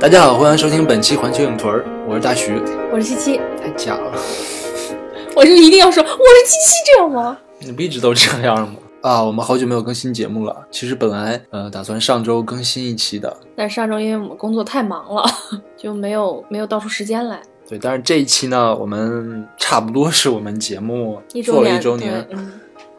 大家好，欢迎收听本期环球影屯儿，我是大徐。我是七七，太假了，我就一定要说我是七七这样吗？你不一直都这样吗？ 啊，我们好久没有更新节目了。其实本来呃打算上周更新一期的， 但是上周因为我们工作太忙了，就没有没有倒出时间来。对，但是这一期呢，我们差不多是我们节目一周做了年，一周年，对，嗯，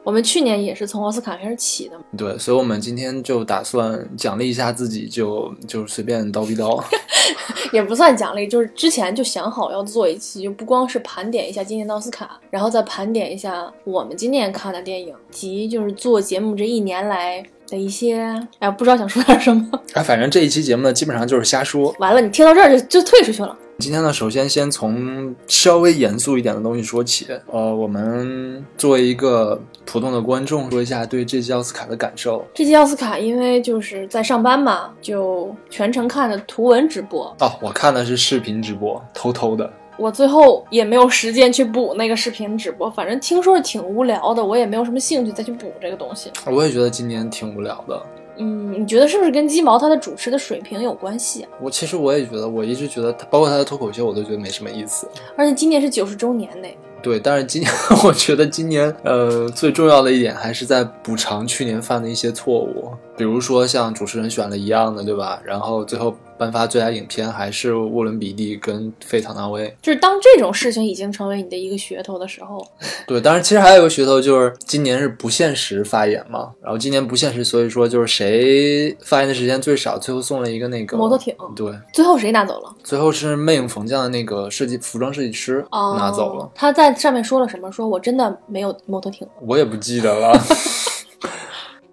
我们去年也是从奥斯卡开始起的嘛，对，所以我们今天就打算奖励一下自己就，就随便叨逼叨。 也不算奖励，就是之前就想好要做一期，就不光是盘点一下今年的奥斯卡，然后再盘点一下我们今年看的电影及就是做节目这一年来的一些，哎呀，不知道想说点什么。 哎，反正这一期节目呢，基本上就是瞎说。完了，你听到这儿就就退出去了。今天呢，首先先从稍微严肃一点的东西说起。呃，我们作为一个普通的观众，说一下对这届奥斯卡的感受。这届奥斯卡因为就是在上班嘛，就全程看的图文直播，哦，我看的是视频直播，偷偷的。我最后也没有时间去补那个视频直播，反正听说是挺无聊的，我也没有什么兴趣再去补这个东西。我也觉得今年挺无聊的。嗯，你觉得是不是跟鸡毛它的主持的水平有关系啊、我其实我也觉得，我一直觉得他，包括他的脱口秀，我都觉得没什么意思。而且今年是九十周年呢，对，但是今年 我觉得今年呃最重要的一点还是在补偿去年犯的一些错误，比如说像主持人选了一样的，对吧？然后最后颁发最佳影片还是沃伦比利跟费塔纳威。就是当这种事情已经成为你的一个噱头的时候，对，当然其实还有一个噱头就是今年是不限时发言嘛，然后今年不限时，所以说就是谁发言的时间最少，最后送了一个那个摩托艇对，最后谁拿走了？最后是魅影缝匠的那个设计服装设计师哦，拿走了，。他在上面说了什么？说我真的没有摩托艇。我也不记得了。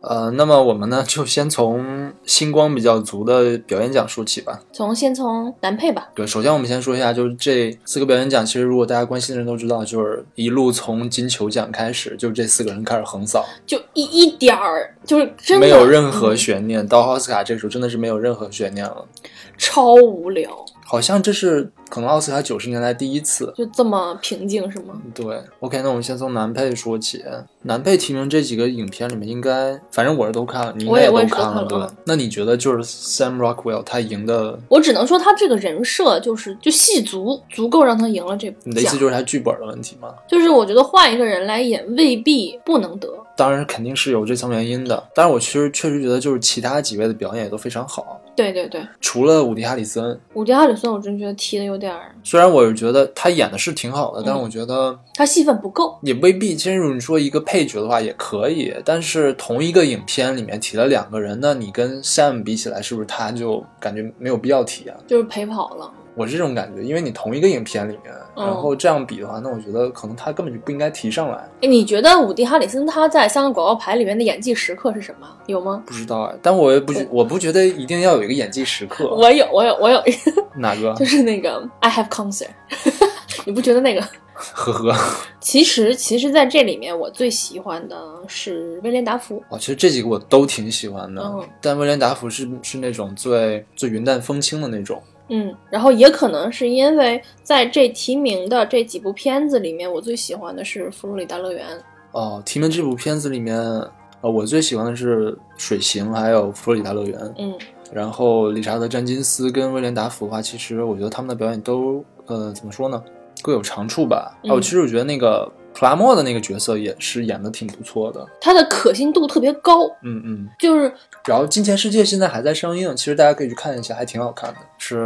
呃，那么我们呢，就先从星光比较足的表演奖说起吧。从先从男配吧，对，首先我们先说一下，就是这四个表演奖，其实如果大家关心的人都知道，就是一路从金球奖开始，就这四个人开始横扫，就一一点儿，就是真的没有任何嗯悬念。到奥斯卡这个时候，真的是没有任何悬念了。超无聊，好像这是可能奥斯卡九十年来第一次，就这么平静是吗？对，OK，那我们先从男配说起。男配提名这几个影片里面，应该反正我是都看了，你应我该也我都也是都看看了，了对吧嗯？那你觉得就是 Sam Rockwell 他赢的，我只能说他这个人设就是就戏足足够让他赢了这部你的意思奖，就是他剧本的问题吗？就是我觉得换一个人来演未必不能得。当然肯定是有这层原因的。但是我其实确实觉得就是其他几位的表演也都非常好，对对对，除了伍迪·哈里森，伍迪·哈里森我真觉得踢的有点儿，虽然我是觉得他演的是挺好的，嗯但是我觉得他戏份不够。也未必。其实你说一个配角的话也可以，但是同一个影片里面提了两个人，那你跟 Sam 比起来，是不是他就感觉没有必要提啊？就是陪跑了，我是这种感觉，因为你同一个影片里面，嗯然后这样比的话，那我觉得可能他根本就不应该提上来。哎，你觉得伍迪·哈里森他在《三个广告牌》里面的演技时刻是什么？有吗？不知道哎，但我也不觉，我不觉得一定要有一个演技时刻。我有，我有，我啊有，哪个？ 就是那个 I have cancer，你不觉得那个呵呵。其实，其实在这里面，我最喜欢的是威廉达福。哦，其实这几个我都挺喜欢的，嗯但威廉达福是是那种最最云淡风轻的那种。嗯，然后也可能是因为在这提名的这几部片子里面，我最喜欢的是《佛罗里达乐园》。哦，提名这部片子里面，呃，我最喜欢的是《水形》还有《佛罗里达乐园》。嗯，然后理查德·詹金斯跟威廉·达福的话，其实我觉得他们的表演都呃怎么说呢，各有长处吧。嗯哦，其实我觉得那个普拉莫的那个角色也是演的挺不错的。它的可信度特别高，嗯嗯。就是然后《金钱世界》现在还在上映，其实大家可以去看一下，还挺好看的，是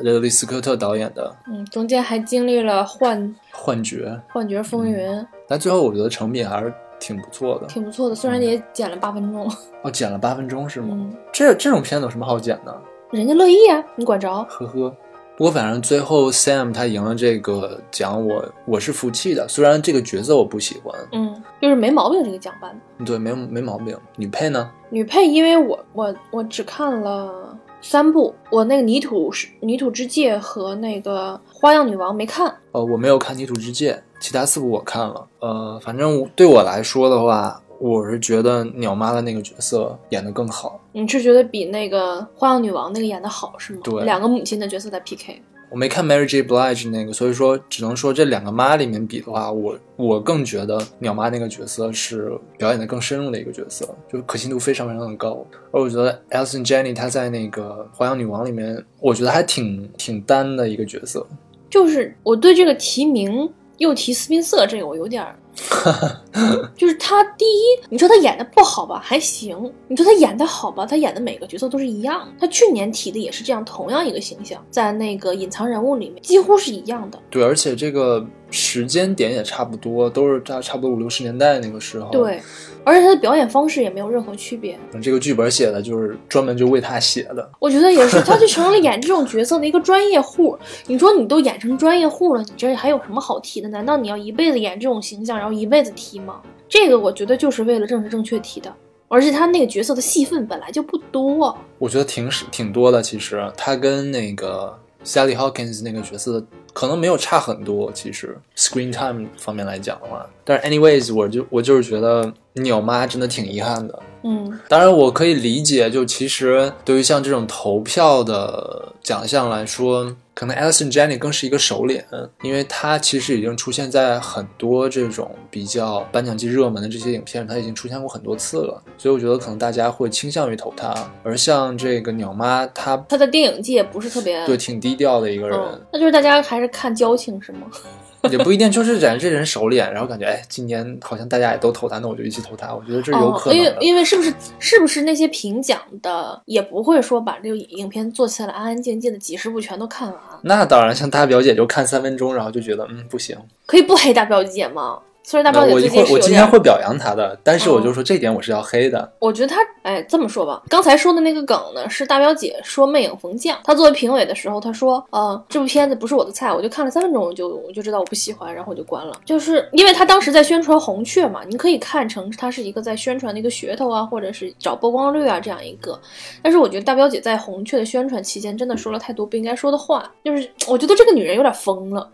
雷利·斯科特导演的嗯，中间还经历了幻《幻觉幻觉风云，但最后我觉得成品还是挺不错的。挺不错的，虽然也剪了八分钟。哦，剪了八分钟是吗？嗯，这这种片子有什么好剪的？人家乐意啊，你管着？呵呵。不过反正最后 Sam 他赢了这个奖，我我是服气的。虽然这个角色我不喜欢，嗯，就是没毛病这个奖颁。对，没没毛病。女配呢？女配，因为我我我只看了三部，我那个泥土是泥土之界和那个花样女王没看。呃，我没有看《泥土之界》，其他四部我看了。呃，反正我对我来说的话，我是觉得鸟妈的那个角色演得更好。你是觉得比那个花样女王那个演的好是吗？对两个母亲的角色在 PK，我没看 Mary J. Blige 那个，所以说只能说这两个妈里面比的话，我我更觉得鸟妈那个角色是表演的更深入的一个角色，就是可信度非常非常的高。而我觉得 Elton Jenny 她在那个《花样女王》里面，我觉得还挺挺单的一个角色。就是我对这个提名又提斯宾塞这个，我有点儿，就是他第一，你说他演的不好吧，还行；你说他演的好吧，他演的每个角色都是一样。他去年提的也是这样，同样一个形象，在那个隐藏人物里面几乎是一样的。对，而且这个时间点也差不多，都是差差不多五六十年代那个时候。对，而且他的表演方式也没有任何区别。嗯，这个剧本写的就是专门就为他写的。我觉得也是，他就成了演这种角色的一个专业户。你说你都演成专业户了，你这还有什么好提的？难道你要一辈子演这种形象，然后一辈子提吗？这个我觉得就是为了政治正确提的，而且他那个角色的戏份本来就不多。我觉得挺是挺多的，其实他跟那个 Sally Hawkins 那个角色可能没有差很多，其实 screen time 方面来讲的话，但是 anyways，我就我就是觉得鸟妈真的挺遗憾的。嗯，当然，我可以理解，就其实对于像这种投票的奖项来说，可能 Alison Jenny 更是一个首脸，因为她其实已经出现在很多这种比较颁奖季热门的这些影片，她已经出现过很多次了，所以我觉得可能大家会倾向于投她。而像这个鸟妈，她他在电影界不是特别对挺低调的一个人，嗯，那就是大家还是看交情是吗？也不一定就是染这人首脸，然后感觉哎，今年好像大家也都投她，那我就一起投她。我觉得这是有可哦、能因的。为因为是不是是不是那些评奖的也不会说把这个影片做起来安安静静的几十部全都看完，那当然，像大表姐就看三分钟，然后就觉得嗯不行，可以不黑大表姐吗？虽然大那表姐呃我一最近会是我有今点天会表扬他的，但是我哦就说这点我是要黑的。我觉得他，哎，这么说吧，刚才说的那个梗呢，是大表姐说《魅影逢将》，她作为评委的时候，她说，呃，这部片子不是我的菜，我就看了三分钟，我就我就知道我不喜欢，然后我就关了。就是因为她当时在宣传《红雀》嘛，你可以看成它是一个在宣传的一个噱头啊，或者是找曝光率啊这样一个。但是我觉得大表姐在《红雀》的宣传期间，真的说了太多不应该说的话，就是我觉得这个女人有点疯了。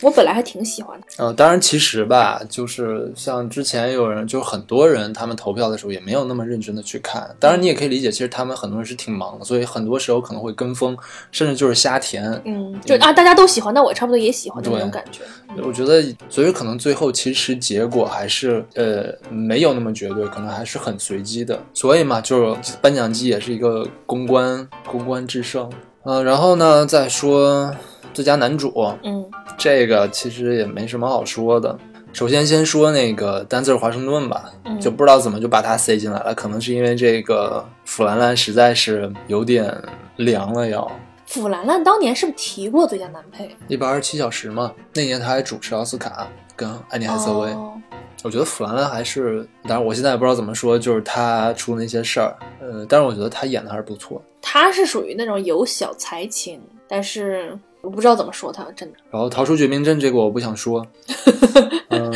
我本来还挺喜欢她，嗯、当然其实吧，就是像之前有人，就是很多人他们投票的时候也没有那么认真的去看。嗯当然你也可以理解，其实他们很多人是挺忙的，所以很多时候可能会跟风，甚至就是瞎填。嗯，就啊，大家都喜欢，那我也差不多也喜欢的那种对感觉。我觉得，所以可能最后其实结果还是呃没有那么绝对，可能还是很随机的。所以嘛，就是颁奖季也是一个公关，公关制胜。嗯、然后呢，再说最佳男主，嗯这个其实也没什么好说的。首先先说那个丹泽尔华盛顿吧，嗯，就不知道怎么就把他塞进来了，可能是因为这个腐兰兰实在是有点凉了要。腐兰兰当年是不是提过最佳男配？一百二十七小时嘛，那年他还主持奥斯卡，跟安妮海瑟薇。哦我觉得腐兰兰还是，当然我现在也不知道怎么说，就是她出那些事儿，呃，但是我觉得她演的还是不错。他是属于那种有小才情，但是我不知道怎么说他，真的然后逃出绝命镇这个我不想 说，嗯，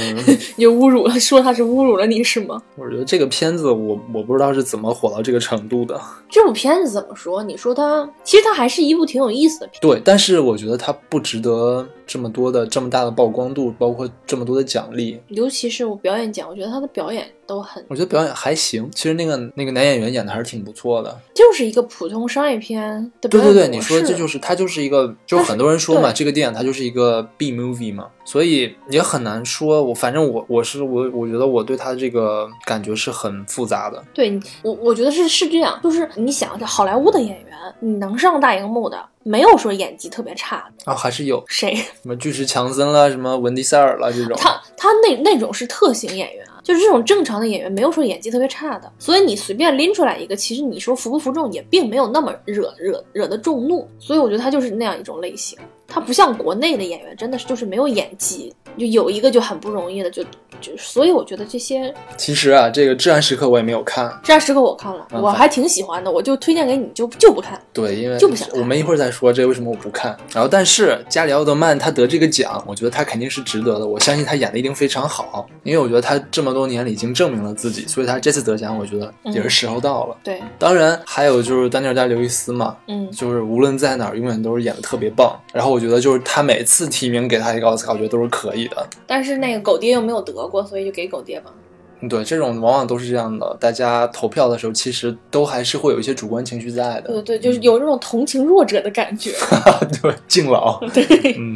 你就侮辱了， 说他是侮辱了你是吗？我觉得这个片子我我不知道是怎么火到这个程度的。这部片子怎么说？你说他其实他还是一部挺有意思的片，对，但是我觉得它不值得这么多的这么大的曝光度，包括这么多的奖励。尤其是我表演奖，我觉得他的表演都很我觉得表演还行，其实那个那个男演员演的还是挺不错的。就是一个普通商业片的对表演对对，模你说式这就是它就是一个，就它是是很多人说嘛，对这个电影它就是一个 B movie 嘛，所以也很难说。我反正我我是我我觉得我对它这个感觉是很复杂的。对你我，我觉得是是这样，就是你想，这好莱坞的演员，你能上大荧幕的，没有说演技特别差的，啊，还是有谁什么巨石强森啦，什么文迪塞尔啦这种。他他那那种是特型演员啊，就是这种正常的演员，没有说演技特别差的，所以你随便拎出来一个，其实你说服不服众，也并没有那么惹惹惹得众怒，所以我觉得他就是那样一种类型，他不像国内的演员，真的是就是没有演技，就有一个就很不容易的，就就所以我觉得这些其实啊，这个《至暗时刻》我也没有看，这段时刻我看了，嗯我还挺喜欢的，我就推荐给你，就就不看，对，因为就不想看我们一会儿再说这为什么我不看。然后，但是加里奥德曼他得这个奖，我觉得他肯定是值得的。我相信他演的一定非常好，因为我觉得他这么多年里已经证明了自己，所以他这次得奖，我觉得也嗯是时候到了。对，当然，还有就是丹尼尔戴刘易斯嘛，嗯。就是无论在哪儿，永远都是演的特别棒。然后我觉得就是他每次提名给他一个奥斯卡，我觉得都是可以的。但是那个狗爹又没有得过，所以就给狗爹吧。对，这种往往都是这样的。大家投票的时候，其实都还是会有一些主观情绪在的。对对，就是有那种同情弱者的感觉。 对，敬老。 对，嗯，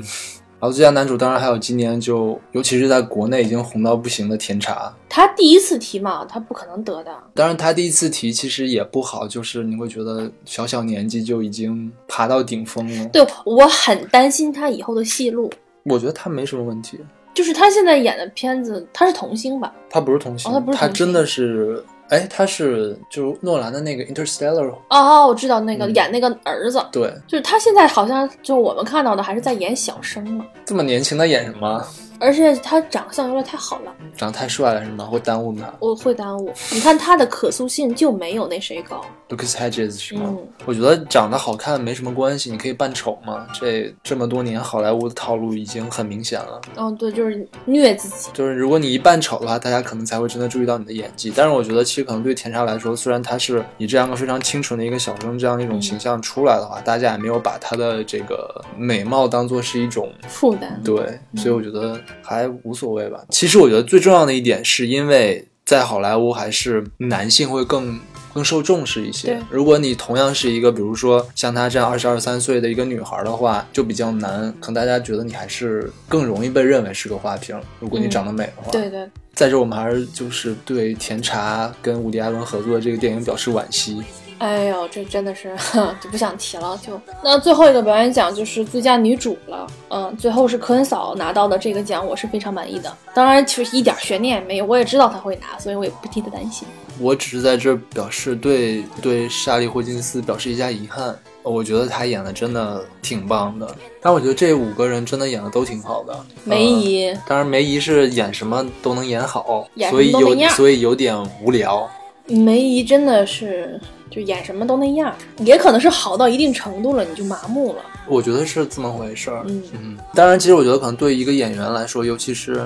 然后最佳男主当然还有今年就，尤其是在国内已经红到不行的甜茶。他第一次提嘛，他不可能得的。当然，他第一次提其实也不好，就是你会觉得小小年纪就已经爬到顶峰了。对我很担心他以后的戏路，我觉得他没什么问题，就是他现在演的片子，他是童星吧？他不是童星，哦他不是童星真的是，哎，他是就是诺兰的那个《Interstellar》，哦，我知道那个、嗯演那个儿子，对，就是他现在好像就我们看到的还是在演小生嘛，这么年轻他演什么？而且他长相有点太好了，长得太帅了是吗？会耽误他。我会耽误。你看他的可塑性就没有那谁高， Lucas Hedges 是吗？嗯我觉得长得好看没什么关系，你可以扮丑嘛。这这么多年好莱坞的套路已经很明显了，嗯、对，就是虐自己。就是如果你一扮丑的话，大家可能才会真的注意到你的演技。但是我觉得，其实可能对甜茶来说，虽然她是以这样一个非常清纯的一个小生这样一种形象出来的话，大家也没有把她的这个美貌当做是一种负担，对，所以我觉得还无所谓吧。其实我觉得最重要的一点，是因为在好莱坞还是男性会更更受重视一些对。如果你同样是一个，比如说像她这样二十二三岁的一个女孩的话，就比较难，可能大家觉得你还是更容易被认为是个花瓶。如果你嗯长得美的话，对对，在这我们还是就是对甜茶跟伍迪·艾伦合作的这个电影表示惋惜。哎呦，这真的是 就不想提了。就那最后一个表演奖就是最佳女主了，嗯，最后是科恩嫂拿到的这个奖，我是非常满意的。当然，其实一点悬念也没有，我也知道她会拿，所以我也不替她担心。我只是在这儿表示对对莎莉霍金斯表示一下遗憾。我觉得她演的真的挺棒的，但我觉得这五个人真的演的都挺好的。梅呃姨、当然梅姨是演什么都能演好，演什所么以都那有样所以有点无聊。嗯梅姨真的是就演什么都那样，也可能是好到一定程度了，你就麻木了。我觉得是这么回事儿。嗯嗯，当然，其实我觉得可能对于一个演员来说，尤其是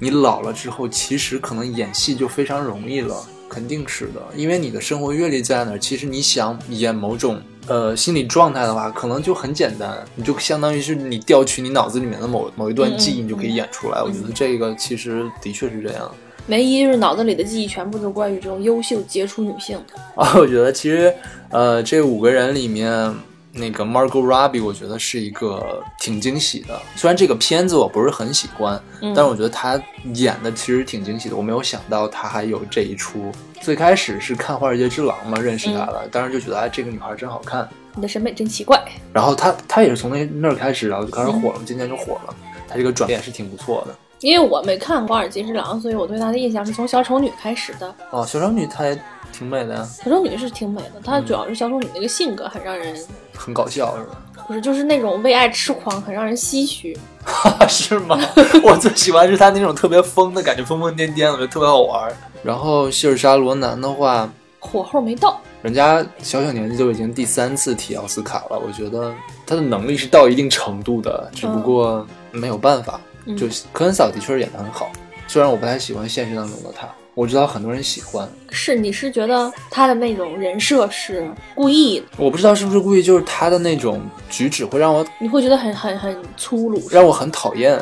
你老了之后，其实可能演戏就非常容易了，肯定是的，因为你的生活阅历在那儿。其实你想演某种呃心理状态的话，可能就很简单，你就相当于是你调取你脑子里面的某某一段记忆，嗯嗯你就可以演出来。我觉得这个其实呃的确是这样。梅姨就是脑子里的记忆全部都关于这种优秀杰出女性。啊，我觉得其实，呃，这五个人里面，那个 Margot Robbie，我觉得是一个挺惊喜的。虽然这个片子我不是很喜欢，嗯但是我觉得她演的其实挺惊喜的。我没有想到她还有这一出。最开始是看《华尔街之狼》嘛，认识她了，当时就觉得哎，这个女孩真好看。你的审美真奇怪。然后她她也是从那那儿开始，然后就开始火了，渐渐就火了。她这个转变是挺不错的。因为我没看《华尔街之狼》，所以我对她的印象是从小丑女开始的。哦，小丑女她也挺美的呀，小丑女是挺美的，她主要是小丑女那个性格很让人，很搞笑是吧？不是就是那种为爱痴狂，很让人唏嘘。 是吗？ 我最喜欢是他那种特别疯的感觉，疯疯癫癫的，我觉得特别好玩儿。然后希尔莎罗南的话，火候没到，人家小小年纪就已经第三次提奥斯卡了，我觉得他的能力是到一定程度的，只不过没有办法。嗯就科恩嫂的确是演得很好，虽然我不太喜欢现实当中的他，我知道很多人喜欢，是你是觉得她的那种人设是故意的，我不知道是不是故意，就是他的那种举止会让我你会觉得很很很粗鲁。让我很讨厌。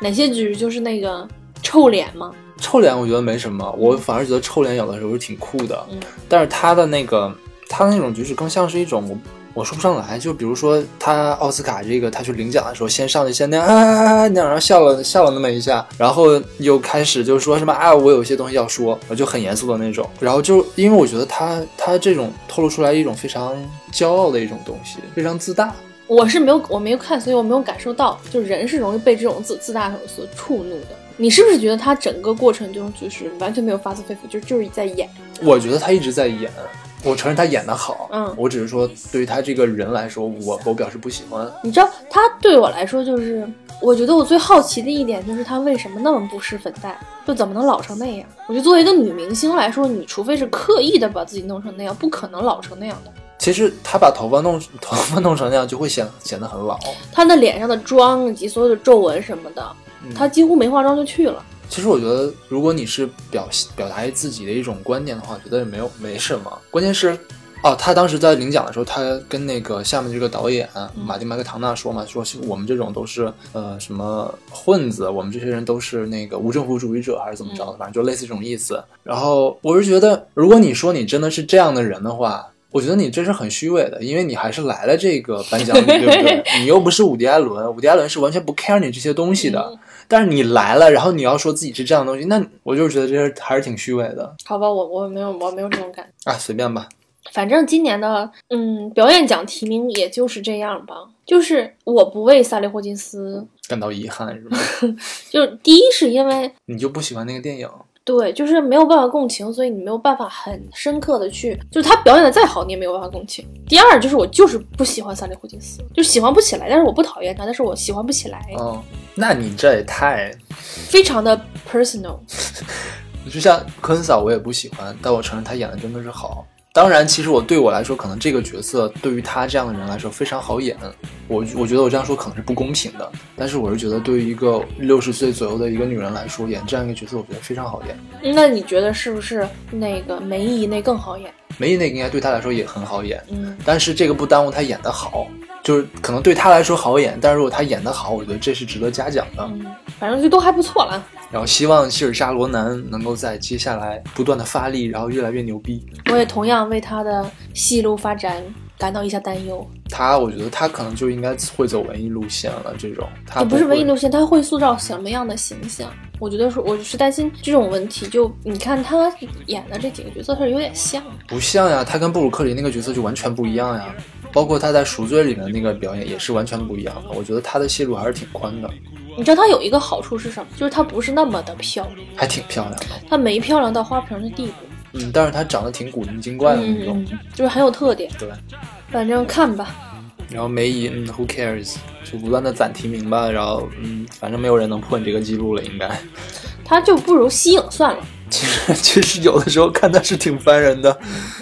哪些局就是那个臭脸吗？臭脸我觉得没什么，我反而觉得臭脸有的时候是挺酷的。嗯但是他的那个他那种举止更像是一种我我说不上来，就比如说他奥斯卡这个他去领奖的时候，先上去先那样哎哎哎哎那样，然后笑了笑了那么一下，然后又开始就说什么啊我有一些东西要说，我就很严肃的那种，然后就因为我觉得他他这种透露出来一种非常骄傲的一种东西，非常自大。我是没有我没有看，所以我没有感受到，就人是容易被这种自自大所触怒的。你是不是觉得她整个过程中就是完全没有发自肺腑，就就是在演？我觉得他一直在演，我承认他演的好，嗯我只是说对于他这个人来说，我我表示不喜欢。你知道，他对我来说就是，我觉得我最好奇的一点就是他为什么那么不施粉黛，就怎么能老成那样？我觉得作为一个女明星来说，你除非是刻意的把自己弄成那样，不可能老成那样的。其实他把头发弄 头发弄成那样，就会显显得很老。她的脸上的妆以及所有的皱纹什么的，嗯她几乎没化妆就去了。其实我觉得，如果你是表表达自己的一种观点的话，我觉得也没有没什么。关键是哦，他当时在领奖的时候，他跟那个下面这个导演马丁麦克唐纳说嘛，说是我们这种都是呃什么混子，我们这些人都是那个无政府主义者还是怎么着的，反正就类似这种意思。然后我是觉得，如果你说你真的是这样的人的话。我觉得你这是很虚伪的，因为你还是来了这个颁奖礼，对不对？你又不是伍迪·艾伦，伍迪·艾伦是完全不 care 你这些东西的。但是你来了，然后你要说自己是这样的东西，那我就是觉得这还是挺虚伪的好吧，我我没有我没有这种感觉。啊。随便吧，反正今年的嗯表演奖提名也就是这样吧，就是我不为萨利霍金斯，感到遗憾是吧？ 就是第一是因为你就不喜欢那个电影？对，就是没有办法共情，所以你没有办法很深刻的去，就是他表演的再好，你也没有办法共情。第二就是我就是不喜欢萨利霍金斯，就喜欢不起来，但是我不讨厌他，但是我喜欢不起来，哦，那你这也太……非常的 personal。就像科恩嫂，我也不喜欢，但我承认她演的真的是好。当然，其实我对我来说，可能这个角色对于她这样的人来说非常好演。我我觉得我这样说可能是不公平的，但是我是觉得对于一个六十岁左右的一个女人来说，演这样一个角色，我觉得非常好演。那你觉得是不是那个梅姨那更好演？梅姨那个应该对她来说也很好演，嗯，但是这个不耽误她演的好，就是可能对她来说好演，但是如果她演的好，我觉得这是值得嘉奖的。嗯，反正就都还不错了。然后希望希尔莎罗南能够在接下来不断的发力，然后越来越牛逼。我也同样为他的戏路发展感到一下担忧。他，我觉得他可能就应该会走文艺路线了。这种他也哦不是会文艺路线，他会塑造什么样的形象？我觉得是，我是担心这种问题。就你看他演的这几个角色是有点像，不像呀，他跟布鲁克林那个角色就完全不一样呀。包括他在《赎罪》里面的那个表演也是完全不一样的。我觉得他的戏路还是挺宽的，你知道他有一个好处是什么？就是他不是那么的漂亮，还挺漂亮的。他没漂亮到花瓶的地步，嗯，但是他长得挺古灵精怪的那种。嗯，就是很有特点。对，反正看吧，然后梅姨，嗯，Who cares，就不断的攒提名吧。然后，嗯，反正没有人能破你这个记录了，应该。 他就不如吸影算了。其实，其实有的时候看他是挺烦人的，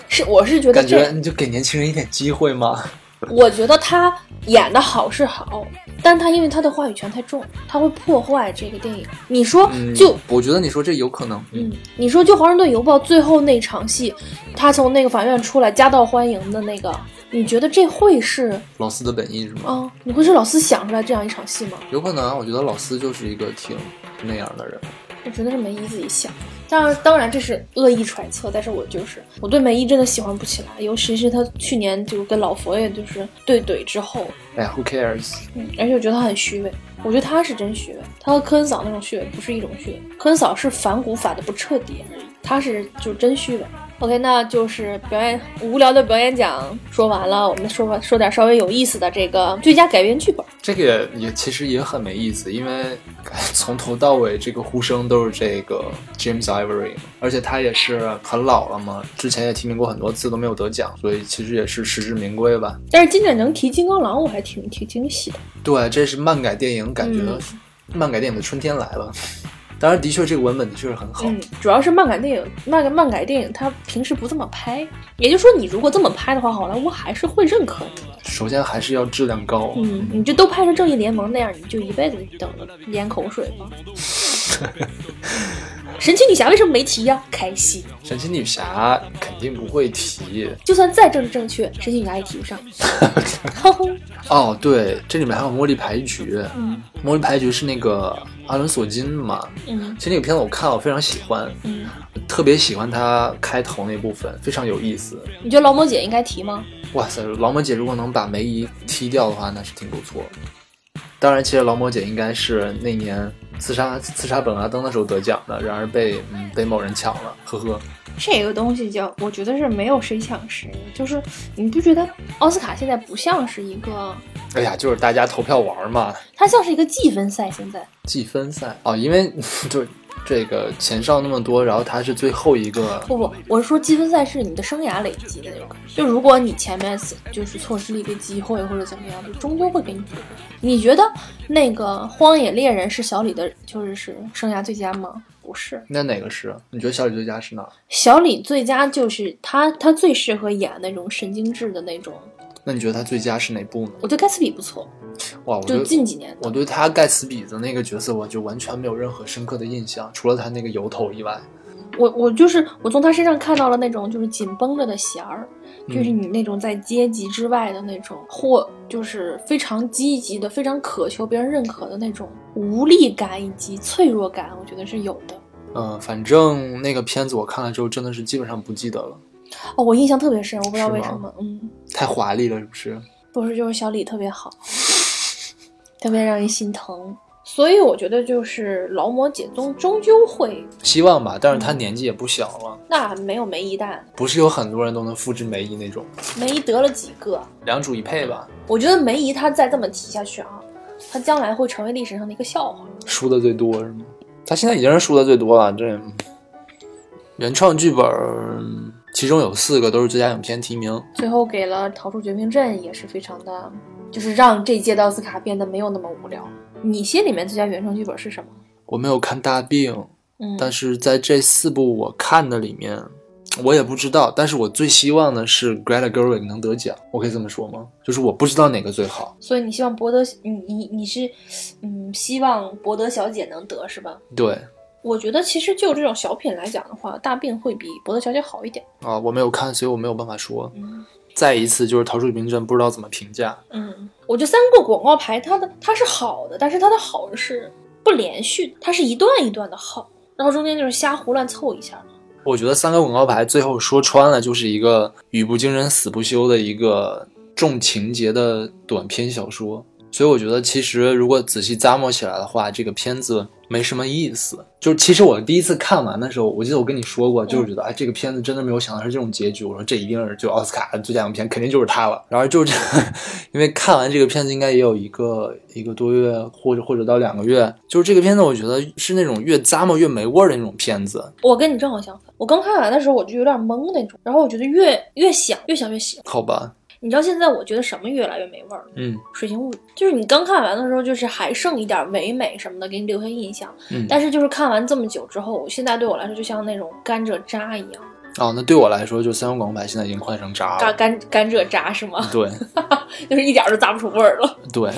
是，我是觉得感这觉你就给年轻人一点机会嘛。我觉得他演的好是好，但他因为他的话语权太重，他会破坏这个电影。你说嗯，就。我觉得你说这有可能，嗯，你说就《华盛顿邮报》最后那场戏，他从那个法院出来，夹道欢迎的那个，你觉得这会是老四的本意是吗？啊、你会是老四想出来这样一场戏吗？有可能啊，我觉得老四就是一个挺那样的人。我觉得是梅姨自己想。当然，当然这是恶意揣测，但是我就是我对梅姨真的喜欢不起来，尤其是她去年就跟老佛爷就是对怼之后，哎呀，Who cares？嗯，而且我觉得她很虚伪，我觉得她是真虚伪，她和科恩嫂那种虚伪不是一种虚伪，科恩嫂是反骨反的不彻底而已，她是就是真虚伪。OK，那就是表演无聊的表演奖说完了，我们说完说点稍微有意思的这个最佳改编剧本，这个也也其实也很没意思，因为 哎从头到尾这个呼声都是这个 James Ivory，而且他也是很老了嘛，之前也提名过很多次都没有得奖，所以其实也是实至名归吧。但是今年能提金刚狼，我还挺挺惊喜的。对，这是漫改电影，感觉嗯漫改电影的春天来了。当然，的确这个文本的确是很好，嗯，主要是漫改电影，漫改漫改电影，它平时不这么拍，也就是说，你如果这么拍的话，好莱坞还是会认可你的。首先还是要质量高。嗯，你就都拍成《正义联盟》那样，你就一辈子等着咽口水 吧。神奇女侠为什么没提呀、啊开心，神奇女侠肯定不会提就算再政治正确，神奇女侠也提不 上。哈哈，哦，对，这里面还有《茉莉牌局》，嗯《魔力牌局》是那个阿伦索金嘛？嗯其实那个片子我看了，我非常喜欢，嗯，特别喜欢他开头那部分，非常有意思。你觉得劳模姐应该提吗？哇塞，劳模姐如果能把梅姨踢掉的话，那是挺不错。当然，其实劳模姐应该是那年刺杀刺杀本拉登的时候得奖的，然而被嗯被某人抢了，呵呵。这个东西叫，我觉得是没有谁抢谁，就是你不觉得奥斯卡现在不像是一个，哎呀，就是大家投票玩嘛，它像是一个计分赛，现在。计分赛啊、哦，因为 就这个前哨那么多，然后他是最后一个不不，我是说积分赛是你的生涯累积的那种感觉。就如果你前面就是错失了一个机会或者怎么样，就终究会给你补回来。你觉得那个《荒野猎人》是小李的，就是是生涯最佳吗？不是，那哪个是？你觉得小李最佳是哪儿？小李最佳就是他，他最适合演那种神经质的那种。那你觉得他最佳是哪部呢？我对盖茨比不错，哇，我觉就得。近几年的。我对他盖茨比的那个角色，我就完全没有任何深刻的印象，除了他那个油头以外。我我就是我从他身上看到了那种就是紧绷着的弦儿，就是嗯你那种在阶级之外的那种，或就是非常积极的、非常渴求别人认可的那种无力感以及脆弱感，我觉得是有的。嗯，反正那个片子我看了之后，真的是基本上不记得了，哦，我印象特别深，我不知道是为吗什么，嗯，太华丽了，是不是？不是就是小李特别好，特别让人心疼。所以我觉得就是劳模解宗终究会，希望吧，但是他年纪也不小了，那没有梅姨大，不是有很多人都能复制梅姨那种，梅姨得了几个？两主一配吧，我觉得梅姨她再这么提下去啊，她将来会成为历史上的一个笑话。输的最多是吗？他现在已经是输的最多了，这原创剧本儿其中有四个都是最佳影片提名，最后给了《逃出绝命镇》也是非常的，就是让这届的奥斯卡变得没有那么无聊。你心里面最佳原创剧本是什么？我没有看大病，嗯，但是在这四部我看的里面，我也不知道。但是我最希望的是 Greta Gerwig 能得奖，我可以这么说吗？就是我不知道哪个最好。所以你希望博德，你你你是，嗯，希望博德小姐能得是吧？对我觉得其实就这种小品来讲的话，大病会比博德小姐好一点。啊，我没有看，所以我没有办法说。嗯再一次就是《逃出绝命镇》，不知道怎么评价。嗯，我觉得三个广告牌它的它是好的，但是它的好是不连续的，它是一段一段的好，然后中间就是瞎胡乱凑一下。我觉得三个广告牌最后说穿了，就是一个语不惊人死不休的一个重情节的短篇小说。所以我觉得，其实如果仔细咂摸起来的话，这个片子没什么意思。就是其实我第一次看完的时候，我记得我跟你说过，就是觉得哎，这个片子真的没有想到是这种结局。我说这一定是就奥斯卡最佳影片，肯定就是它了。然后就是 因为看完这个片子，应该也有一个一个多月，或者或者到两个月。就是这个片子，我觉得是那种越咂摸越没味儿的那种片子。我跟你正好相反，我刚看完的时候我就有点懵那种，然后我觉得越越想越想越喜欢。好吧，你知道现在我觉得什么越来越没味儿了？嗯。 《水形物语》就是你刚看完的时候，就是还剩一点唯美什么的给你留下印象，嗯但是就是看完这么久之后，现在对我来说就像那种甘蔗渣一样，哦，那对我来说，就三个广告牌现在已经快成渣甘了。甘甘蔗渣是吗？ 对就是一点儿都咂不出味儿了。对，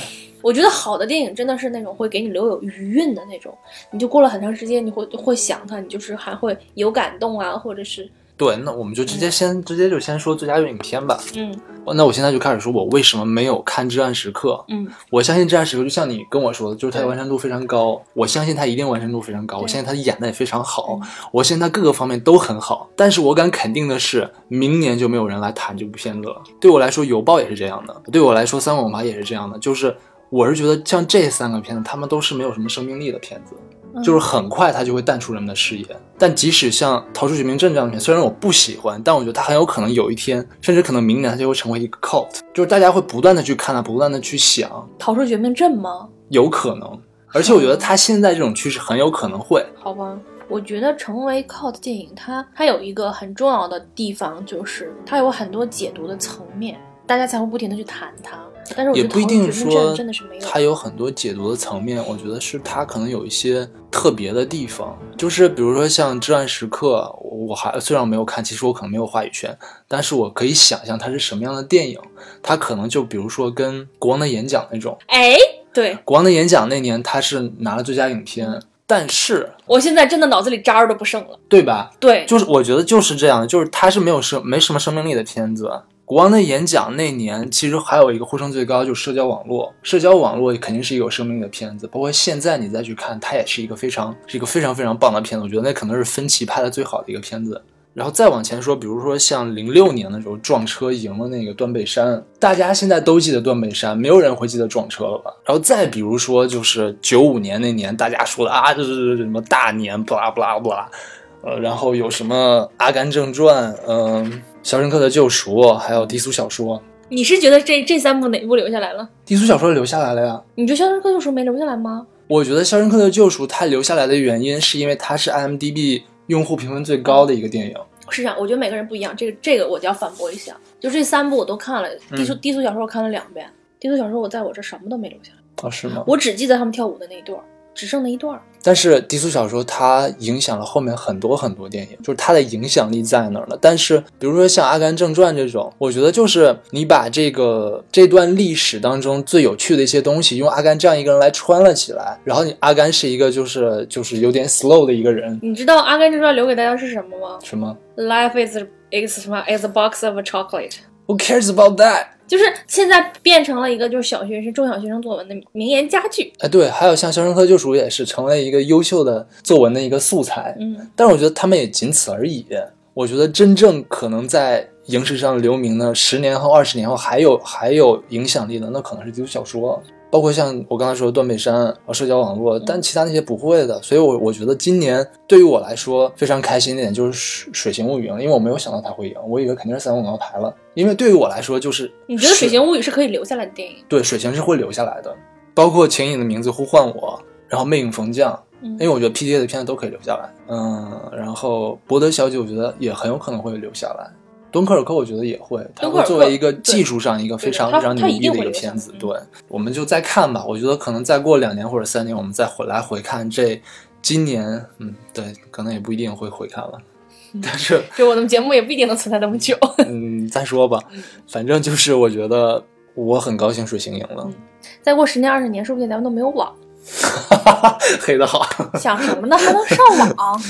我觉得好的电影真的是那种会给你留有余韵的那种，你就过了很长时间，你会会想它，你就是还会有感动啊，或者是对，那我们就直接先、直接就先说最佳影片吧。嗯哦那我现在就开始说，我为什么没有看《至暗时刻》？嗯，我相信《至暗时刻》就像你跟我说的，就是它的对完成度非常高，我相信它一定完成度非常高，对我相信它演的也非常好嗯，我相信它各个方面都很好。但是我敢肯定的是，明年就没有人来谈这部片子了。对我来说，《邮报》也是这样的，对我来说，《三个广告牌》也是这样的，就是。我是觉得像这三个片子，他们都是没有什么生命力的片子，嗯就是很快它就会淡出人们的视野。但即使像《逃出绝命镇》这样的片，虽然我不喜欢，但我觉得它很有可能有一天，甚至可能明年它就会成为一个 cult，就是大家会不断的去看它，啊不断的去想，逃出绝命镇吗？有可能。而且我觉得它现在这种趋势很有可能会，好吧，我觉得成为 cult 电影，它它有一个很重要的地方，就是它有很多解读的层面，大家才会不停的去谈它。但是我觉也得不逃一出定绝命说镇真的是没有。它有很多解读的层面。我觉得是它可能有一些特别的地方，就是比如说像《至暗时刻》，我我还虽然我没有看，其实我可能没有话语权，但是我可以想象它是什么样的电影。它可能就比如说跟《国王的演讲》那种，哎，对《国王的演讲》那年他是拿了最佳影嗯片，但是我现在真的脑子里渣儿都不剩了。对吧？对，就是我觉得就是这样的，就是它是没有生没什么生命力的片子。国王的演讲那年，其实还有一个呼声最高，就是社交网络。社交网络肯定是一个有生命力的片子，包括现在你再去看，它也是一个非常是一个非常非常棒的片子。我觉得那可能是分歧拍的最好的一个片子。然后再往前说，比如说像零六年的时候撞车赢了那个断背山，大家现在都记得断背山，没有人会记得撞车了吧？然后再比如说就是九五年那年，大家说的啊，这这这这什么大年，不啦不啦不啦，呃，然后有什么《阿甘正传》、嗯，《肖申克的救赎》，还有低俗小说。你是觉得这这三部哪部留下来了？低俗小说留下来了呀。你觉得《肖申克救赎》没留下来吗？我觉得《肖申克的救赎》它留下来的原因，是因为它是 IMDB 用户评分最高的一个电影。是这样，我觉得每个人不一样，这个这个我就要反驳一下。就这三部我都看了，低俗低俗小说我看了两遍，低俗小说我在我这什么都没留下来，哦，是吗？我只记得他们跳舞的那一段儿，只剩那一段儿。但是低俗小说它影响了后面很多很多电影，就是它的影响力在那儿了。但是比如说像《阿甘正传》这种，我觉得就是你把这个这段历史当中最有趣的一些东西，用阿甘这样一个人来穿了起来，然后你阿甘是一个就是就是有点 slow 的一个人，你知道《阿甘正传》留给大家是什么吗什么？Life is is 什么 is a box of chocolate。 Who cares about that？就是现在变成了一个就是小学生、中小学生作文的名言佳句。哎，对，还有像《肖申克救赎》也是成为一个优秀的作文的一个素材，嗯，但是我觉得他们也仅此而已。我觉得真正可能在影史上留名的，十年后、二十年后还有还有影响力的，那可能是基督小说，包括像我刚才说的断背山、啊社交网络，嗯但其他那些不会的。所以我，我觉得今年对于我来说非常开心的一点就是水《水形物语》了，因为我没有想到它会赢，我以为肯定是三五广告牌了。因为对于我来说，就是你觉得《水水形物语》是可以留下来的电影？对，水形是会留下来的，包括《请你的名字呼唤我》，然后《魅影逢将》，嗯因为我觉得 P T A 的片子都可以留下来。嗯，然后《博德小姐》我觉得也很有可能会留下来，《敦刻尔克》我觉得也会，它敦刻会尔克作为一个对技术上一个非常非对对它常牛逼的一个它一定会留下片子嗯。对，我们就再看吧。我觉得可能再过两年或者三年，我们再回来回看这今年，嗯，对，可能也不一定会回看了，嗯但 是。对，我的节目也不一定能存在那么久。嗯，再说吧，反正就是我觉得我很高兴水星赢嗯了，再过十年、二十年，说不定咱们都没有网， 黑的好。想什么呢？还能上网？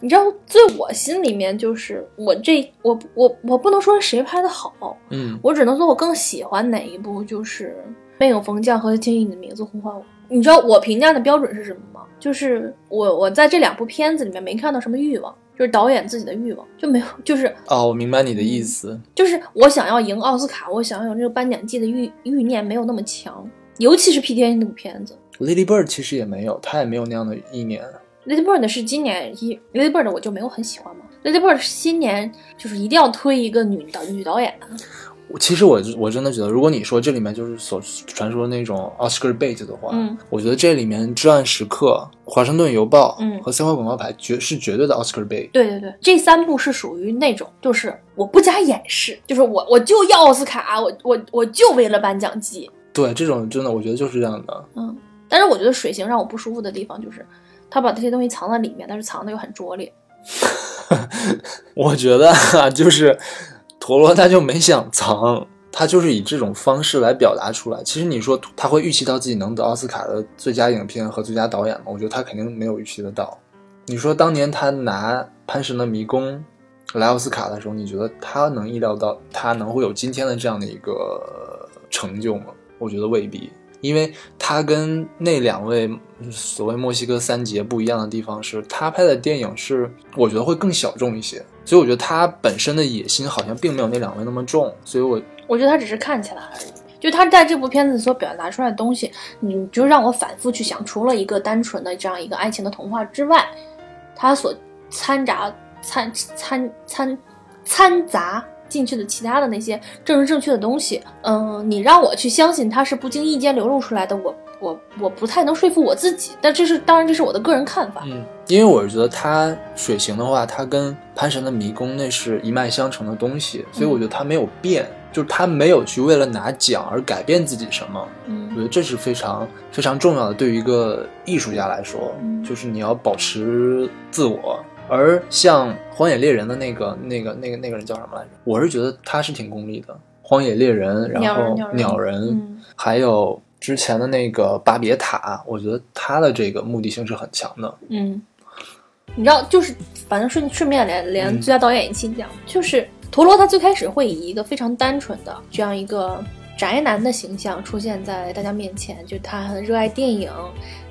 你知道，在我心里面，就是我这我我我不能说谁拍的好，嗯我只能说我更喜欢哪一部，就是《魅影逢将》和《请以你的名字呼唤我》。你知道我评价的标准是什么吗？就是我我在这两部片子里面没看到什么欲望，就是导演自己的欲望，就没有，就是哦，我明白你的意思。就是我想要赢奥斯卡，我想要有这个颁奖季的欲欲念没有那么强，尤其是 P T A 那部片子。 Lady Bird 其实也没有，她也没有那样的意念。 Lady Bird 是今年一 Lady Bird 我就没有很喜欢嘛，Lady Bird 是新年就是一定要推一个女导女导演，我其实我我真的觉得，如果你说这里面就是所传说那种 Oscar bait 的话，嗯我觉得这里面《至暗时刻》《华盛顿邮报》嗯和三块广告牌绝是绝对的 Oscar bait。对对对，这三部是属于那种，就是我不加掩饰，就是我我就要奥斯卡，我我我就为了颁奖季。对，这种真的我觉得就是这样的。嗯，但是我觉得水形让我不舒服的地方就是，他把这些东西藏在里面，但是藏的又很拙劣。 我觉得啊，就是陀螺他就没想藏，他就是以这种方式来表达出来。其实你说他会预期到自己能得奥斯卡的最佳影片和最佳导演吗？我觉得他肯定没有预期得到。你说当年他拿《潘神的迷宫》来奥斯卡的时候，你觉得他能意料到他能会有今天的这样的一个成就吗？我觉得未必。因为他跟那两位嗯所谓墨西哥三杰不一样的地方是，他拍的电影是我觉得会更小众一些，所以我觉得他本身的野心好像并没有那两位那么重，所以我我觉得他只是看起来而已。就他在这部片子所表达出来的东西，你就让我反复去想，除了一个单纯的这样一个爱情的童话之外，他所掺杂、掺掺掺掺杂进去的其他的那些政治正确的东西，嗯，你让我去相信他是不经意间流露出来的，我我我不太能说服我自己。但这是当然，这是我的个人看法。嗯，因为我觉得他水形的话，他跟潘神的迷宫那是一脉相承的东西，所以我觉得他没有变，就是他没有去为了拿奖而改变自己什么，我觉嗯得这是非常非常重要的，对于一个艺术家来说，嗯就是你要保持自我。而像《荒野猎人》的那个、那个、那个、那个人叫什么来着？我是觉得他是挺功利的，《荒野猎人》，然鸟人后鸟人鸟人，嗯还有之前的那个《巴别塔》，我觉得他的这个目的性是很强的。嗯，你知道，就是反正顺顺便连连嗯最佳导演一起讲，就是陀螺他最开始会以一个非常单纯的这样一个宅男的形象出现在大家面前，就他很热爱电影，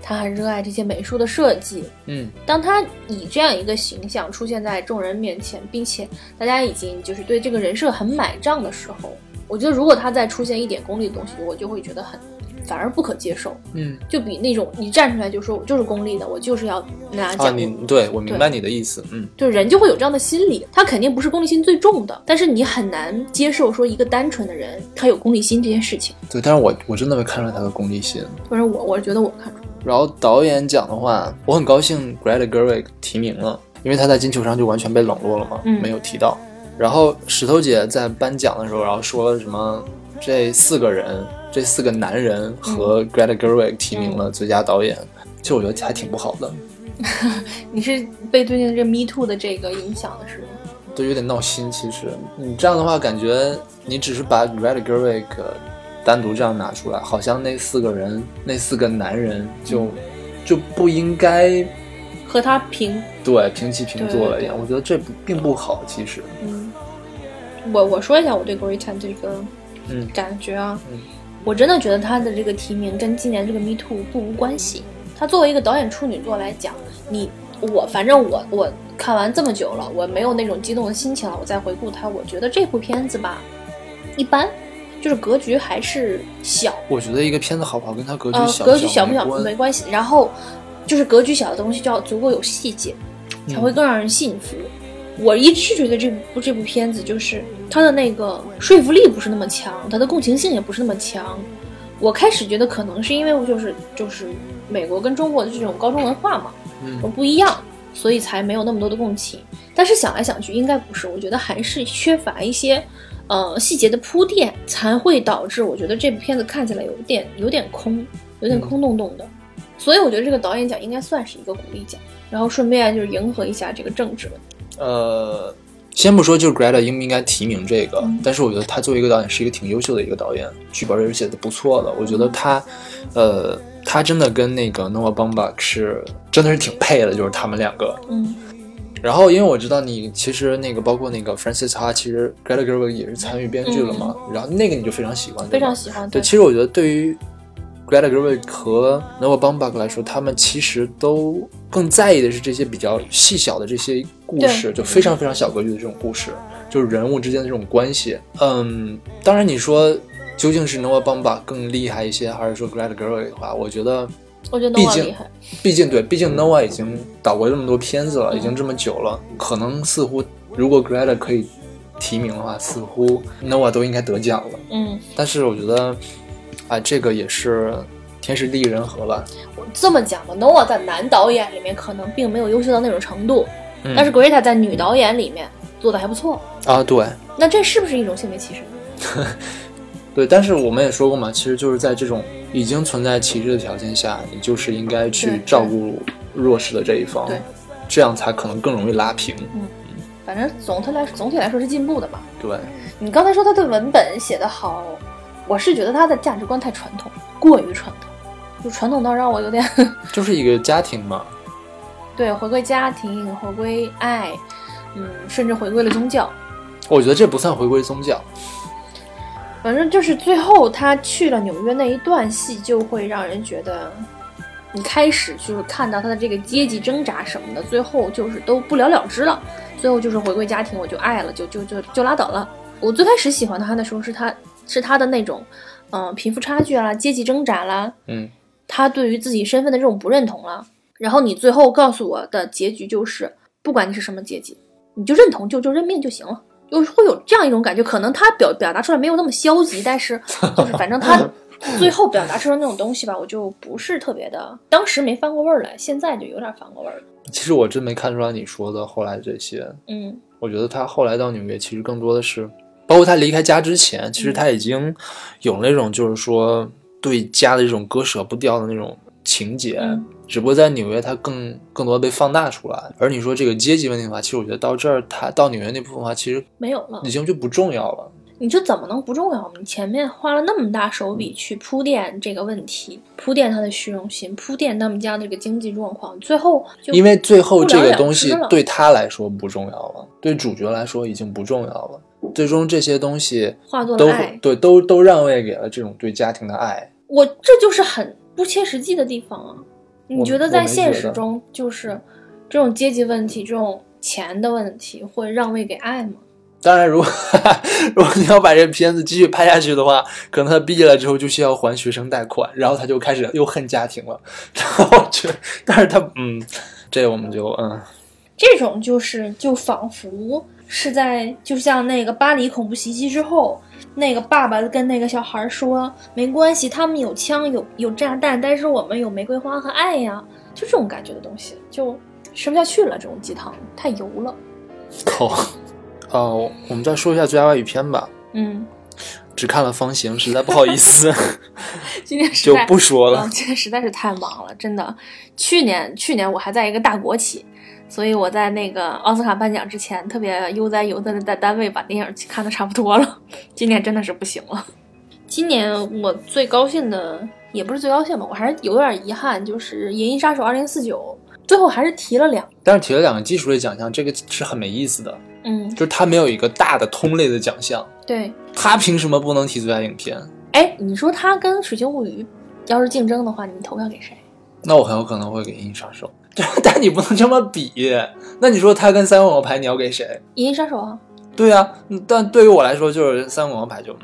他很热爱这些美术的设计。嗯，当他以这样一个形象出现在众人面前，并且大家已经就是对这个人设很买账的时候，我觉得如果他再出现一点功利的东西，我就会觉得很反而不可接受。嗯，就比那种你站出来就说我就是功利的，我就是要拿啊，奖，你对我明白你的意思。嗯，就人就会有这样的心理，他肯定不是功利心最重的，但是你很难接受说一个单纯的人他有功利心这件事情，对，但是我我真的会看出来他的功利性。反正我我觉得我看出来，然后导演奖的话，我很高兴 Greta Gerwig 提名了，因为他在金球上就完全被冷落了嘛，嗯没有提到。然后石头姐在颁奖的时候，然后说了什么这四个人，这四个男人和 Greta Gerwig 提名了最佳导演。其实我觉得还挺不好的，你是被最近的这 Me Too 的这个影响的是吗？都有点闹心。其实你这样的话，感觉你只是把 Red Gerwig 单独这样拿出来，好像那四个人，那四个男人就、就不应该和他平，对平起平坐了一样。对对对我觉得这不并不好，其实。嗯，我我说一下我对 Greta 这个嗯感觉啊，嗯我真的觉得她的这个提名跟今年这个 Me Too 不无关系。她作为一个导演处女作来讲，你我反正我我看完这么久了，我没有那种激动的心情了。我再回顾它，我觉得这部片子吧，一般，就是格局还是小，我觉得一个片子好不好，跟他格局呃，小、格局小不没小关没关系。然后就是格局小的东西就要足够有细节，嗯才会更让人信服。我一直觉得这部这部片子就是它的那个说服力不是那么强，它的共情性也不是那么强。我开始觉得可能是因为就是就是美国跟中国的这种高中文化嘛，嗯都不一样，所以才没有那么多的共情。但是想来想去，应该不是，我觉得还是缺乏一些呃细节的铺垫，才会导致我觉得这部片子看起来有点有点空，有嗯点空洞洞的。所以我觉得这个导演奖应该算是一个鼓励奖，然后顺便就是迎合一下这个政治问题。呃，先不说就是 Greta 应不应该提名这个，嗯但是我觉得他作为一个导演是一个挺优秀的一个导演，剧本也是写的不错的。我觉得他，嗯呃，他真的跟那个 Noah Baumbach 是真的是挺配的，就是他们两个。嗯然后因为我知道你其实那个包括那个 Francis Ha，其实 Greta Gerwig 也是参与编剧了嘛，然后那个你就非常喜欢，对嗯非吧常喜欢。对，其实我觉得对于 Greta Gerwig 和 Noah Baumbach 来说，他们其实都更在意的是这些比较细小的这些故事，对就非常非常小格局的这种故事，就是人物之间的这种关系。嗯，当然你说究竟是 Noah Baumbach 更厉害一些，还是说 Greta Gerwig 的话，我觉得我觉得毕诺瓦竟厉害。毕竟对，毕竟 Noah 已经导过这么多片子了，已经这么久了，可能似乎如果 Greta 可以提名的话，似乎 Noah 都应该得奖了。嗯，但是我觉得，啊，这个也是天时地利人和吧。我这么讲吧，Noah 在男导演里面可能并没有优秀到那种程度，嗯但是 Greta 在女导演里面做的还不错。啊，对那这是不是一种性别歧视呢？对，但是我们也说过嘛，其实就是在这种已经存在歧视的条件下，你就是应该去对照顾弱势的这一方对，这样才可能更容易拉平。反正总体来总体来说是进步的吧。对，你刚才说他对文本写得好，我是觉得他的价值观太传统，过于传统，就传统到让我有点 就是一个家庭嘛。对回归家庭、回归爱，嗯，甚至回归了宗教。我觉得这不算回归宗教。反正就是最后他去了纽约那一段戏，就会让人觉得，你开始就是看到他的这个阶级挣扎什么的，最后就是都不了了之了，最后就是回归家庭，我就爱了，就就就就拉倒了。我最开始喜欢他的时候是他是他的那种，嗯、贫富差距啦，阶级挣扎啦，嗯，他对于自己身份的这种不认同了。然后你最后告诉我的结局就是，不管你是什么阶级，你就认同就就认命就行了，就是会有这样一种感觉。可能他表表达出来没有那么消极，但是就是反正他 最后表达出来那种东西吧，我就不是特别的，当时没翻过味儿来，现在就有点翻过味儿了。其实我真没看出来你说的后来这些。嗯，我觉得他后来到纽约，其实更多的是，包括他离开家之前，嗯其实他已经有那种就是说对家的这种割舍不掉的那种情节，嗯只不过在纽约他更更多地被放大出来。而你说这个阶级问题的话，其实我觉得到这儿他到纽约那部分的话，其实没有了已。经就不重要了。你这怎么能不重要呢？你前面花了那么大手笔去铺垫这个问题，铺垫他的虚荣心，铺垫他们家的这个经济状况，最后就因为最后这个东不西了了之了对他来说不重要了，对主角来说已经不重要了。最终这些东西化作都了爱。对都都让位给了这种对家庭的爱。我这就是很不切实际的地方啊！你我觉得我在没现觉实得中，就是这种阶级问题、这种钱的问题，会让位给爱吗？当然，如果 如果你要把这片子继续拍下去的话，可能他毕业了之后就需要还学生贷款，然后他就开始又恨家庭了。 然后这，但是他嗯，这我们就嗯，这种就是就仿佛是在就像那个巴黎恐怖袭击之后，那个爸爸跟那个小孩说：“没关系，他们有枪有有炸弹，但是我们有玫瑰花和爱呀。”就这种感觉的东西，就吃不下去了。这种鸡汤太油了。口。哦，我们再说一下最佳外语片吧。嗯，只看了方形，实在不好意 思，今天实就在不说了嗯。今天实在是太忙了，真的。去年去年我还在一个大国企，所以我在那个奥斯卡颁奖之前特别悠哉悠哉的在单位把电影看的差不多了。今年真的是不行了。今年我最高兴的也不是最高兴吧，我还是有点遗憾，就是《银翼杀手二零四九》最后还是提了两，但是提了两个技术类奖项，这个是很没意思的，嗯就，是它没有一个大的通类的奖项，对。它凭什么不能提最佳影片？哎，你说他跟《水晶物语》要是竞争的话，你投票给谁？那我很有可能会给《银翼杀手》， 但你不能这么比。那你说它跟《三国王牌》，你要给谁？ 《银翼杀手》啊。对啊，嗯但对于我来说，就是《三国王牌》就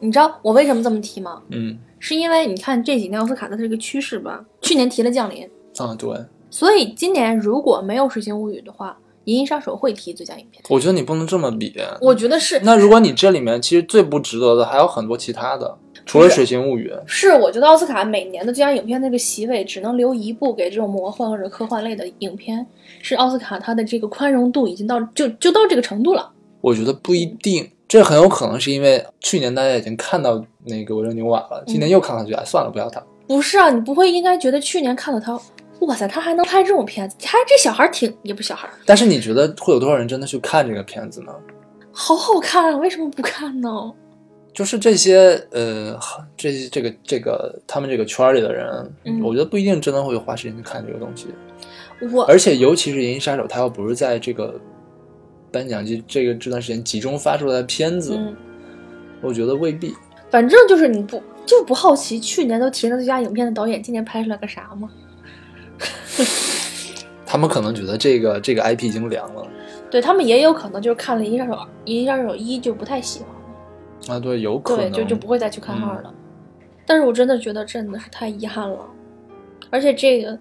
你知道我为什么这么提吗？嗯是因为你看这几年奥斯卡的这个趋势吧，去年提了《降临》，啊，对，所以今年如果没有《水星物语》的话，《银翼杀手》会提最佳影片。我觉得你不能这么比。我觉得是那如果你这里面其实最不值得的还有很多其他的，除了《水形物语》，是，我觉得奥斯卡每年的最佳影片那个席位只能留一部给这种魔幻或者科幻类的影片，是奥斯卡它的这个宽容度已经到就就到这个程度了。我觉得不一定。这很有可能是因为去年大家已经看到那个《维伦纽瓦》了，今年又看上去，哎，算了，不要它。不是啊，你不会应该觉得去年看到他，哇塞，他还能拍这种片子，还这小孩儿挺也不小孩儿，但是你觉得会有多少人真的去看这个片子呢？好好看啊，为什么不看呢？就是这些呃，这些这个这个他们这个圈儿里的人，嗯我觉得不一定真的会花时间去看这个东西。我而且尤其是《银翼杀手》，它又不是在这个颁奖季这个这段时间集中发出来的片子，嗯。我觉得未必。反正就是你不就不好奇，去年都提了最佳影片的导演，今年拍出来个啥吗？他们可能觉得这个这个 IP 已经凉了对他们也有可能就是看了《银翼杀手》《银翼杀手一》就不太喜欢了，啊，对，有可对，能嗯就就不会再去看二了。但是我真的觉得真的是太遗憾了，而且这个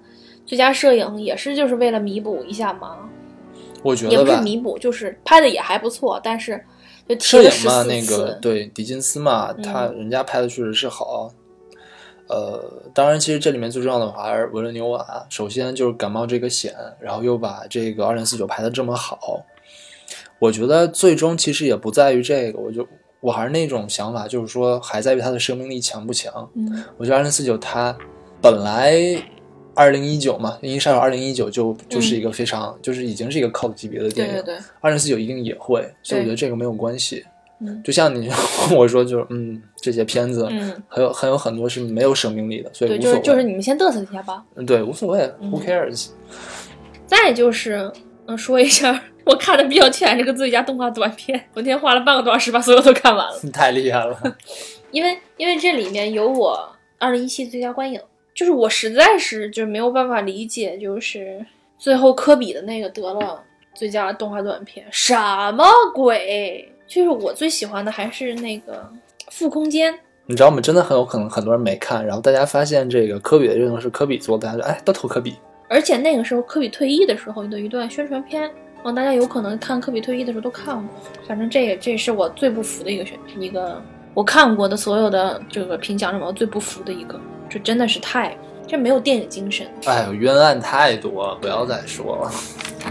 最佳摄影也是就是为了弥补一下嘛，我觉也得不是吧，弥补，就是拍的也还不错，但是就提摄了影十嘛，四次。那个对狄金斯嘛，嗯他人家拍的确实是好。呃，当然，其实这里面最重要的还是维伦纽瓦。首先就是感冒这个险，然后又把这个二零四九排的这么好，我觉得最终其实也不在于这个，我就我还是那种想法，就是说还在于它的生命力强不强。嗯我觉得二零四九它本来二零一九嘛，《银翼杀手二零一九》就就是一个非常、就是已经是一个 cult 级别的对电嗯对影，对，二零四九一定也会，所以我对觉得这个没有关系。嗯就像你 问我说，就是嗯，这些片子嗯，很有很有很多是没有生命力的，所以对，无就所是谓，就是你们先嘚瑟一下吧。嗯对无所谓，Who 嗯 cares？ 再就是，嗯，说一下 我看的比较全这个最佳动画短片，昨天花了半个多小时把所有都看完了，太厉害了， 因为因为这里面有我二零一七最佳观影，就是我实在是就是没有办法理解，就是最后科比的那个得了最佳动画短片，什么鬼？就是我最喜欢的还是那个《负空间》，你知道吗？真的很有可能很多人没看，然后大家发现这个科比的运动是科比做的，大家说哎，都投科比。而且那个时候科比退役的时候的一段宣传片，嗯，大家有可能看科比退役的时候都看过。反正这也这是我最不服的一个选一个我看过的所有的这个评奖里面我最不服的一个，这真的是太这没有电影精神。哎呦，冤案太多了，不要再说 了。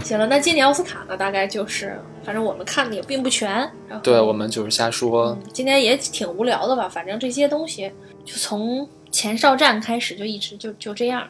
行了，那今年奥斯卡呢，大概就是反正我们看的也并不全，然后对我们就是瞎说嗯，今年也挺无聊的吧，反正这些东西就从前哨战开始就一直就就这样。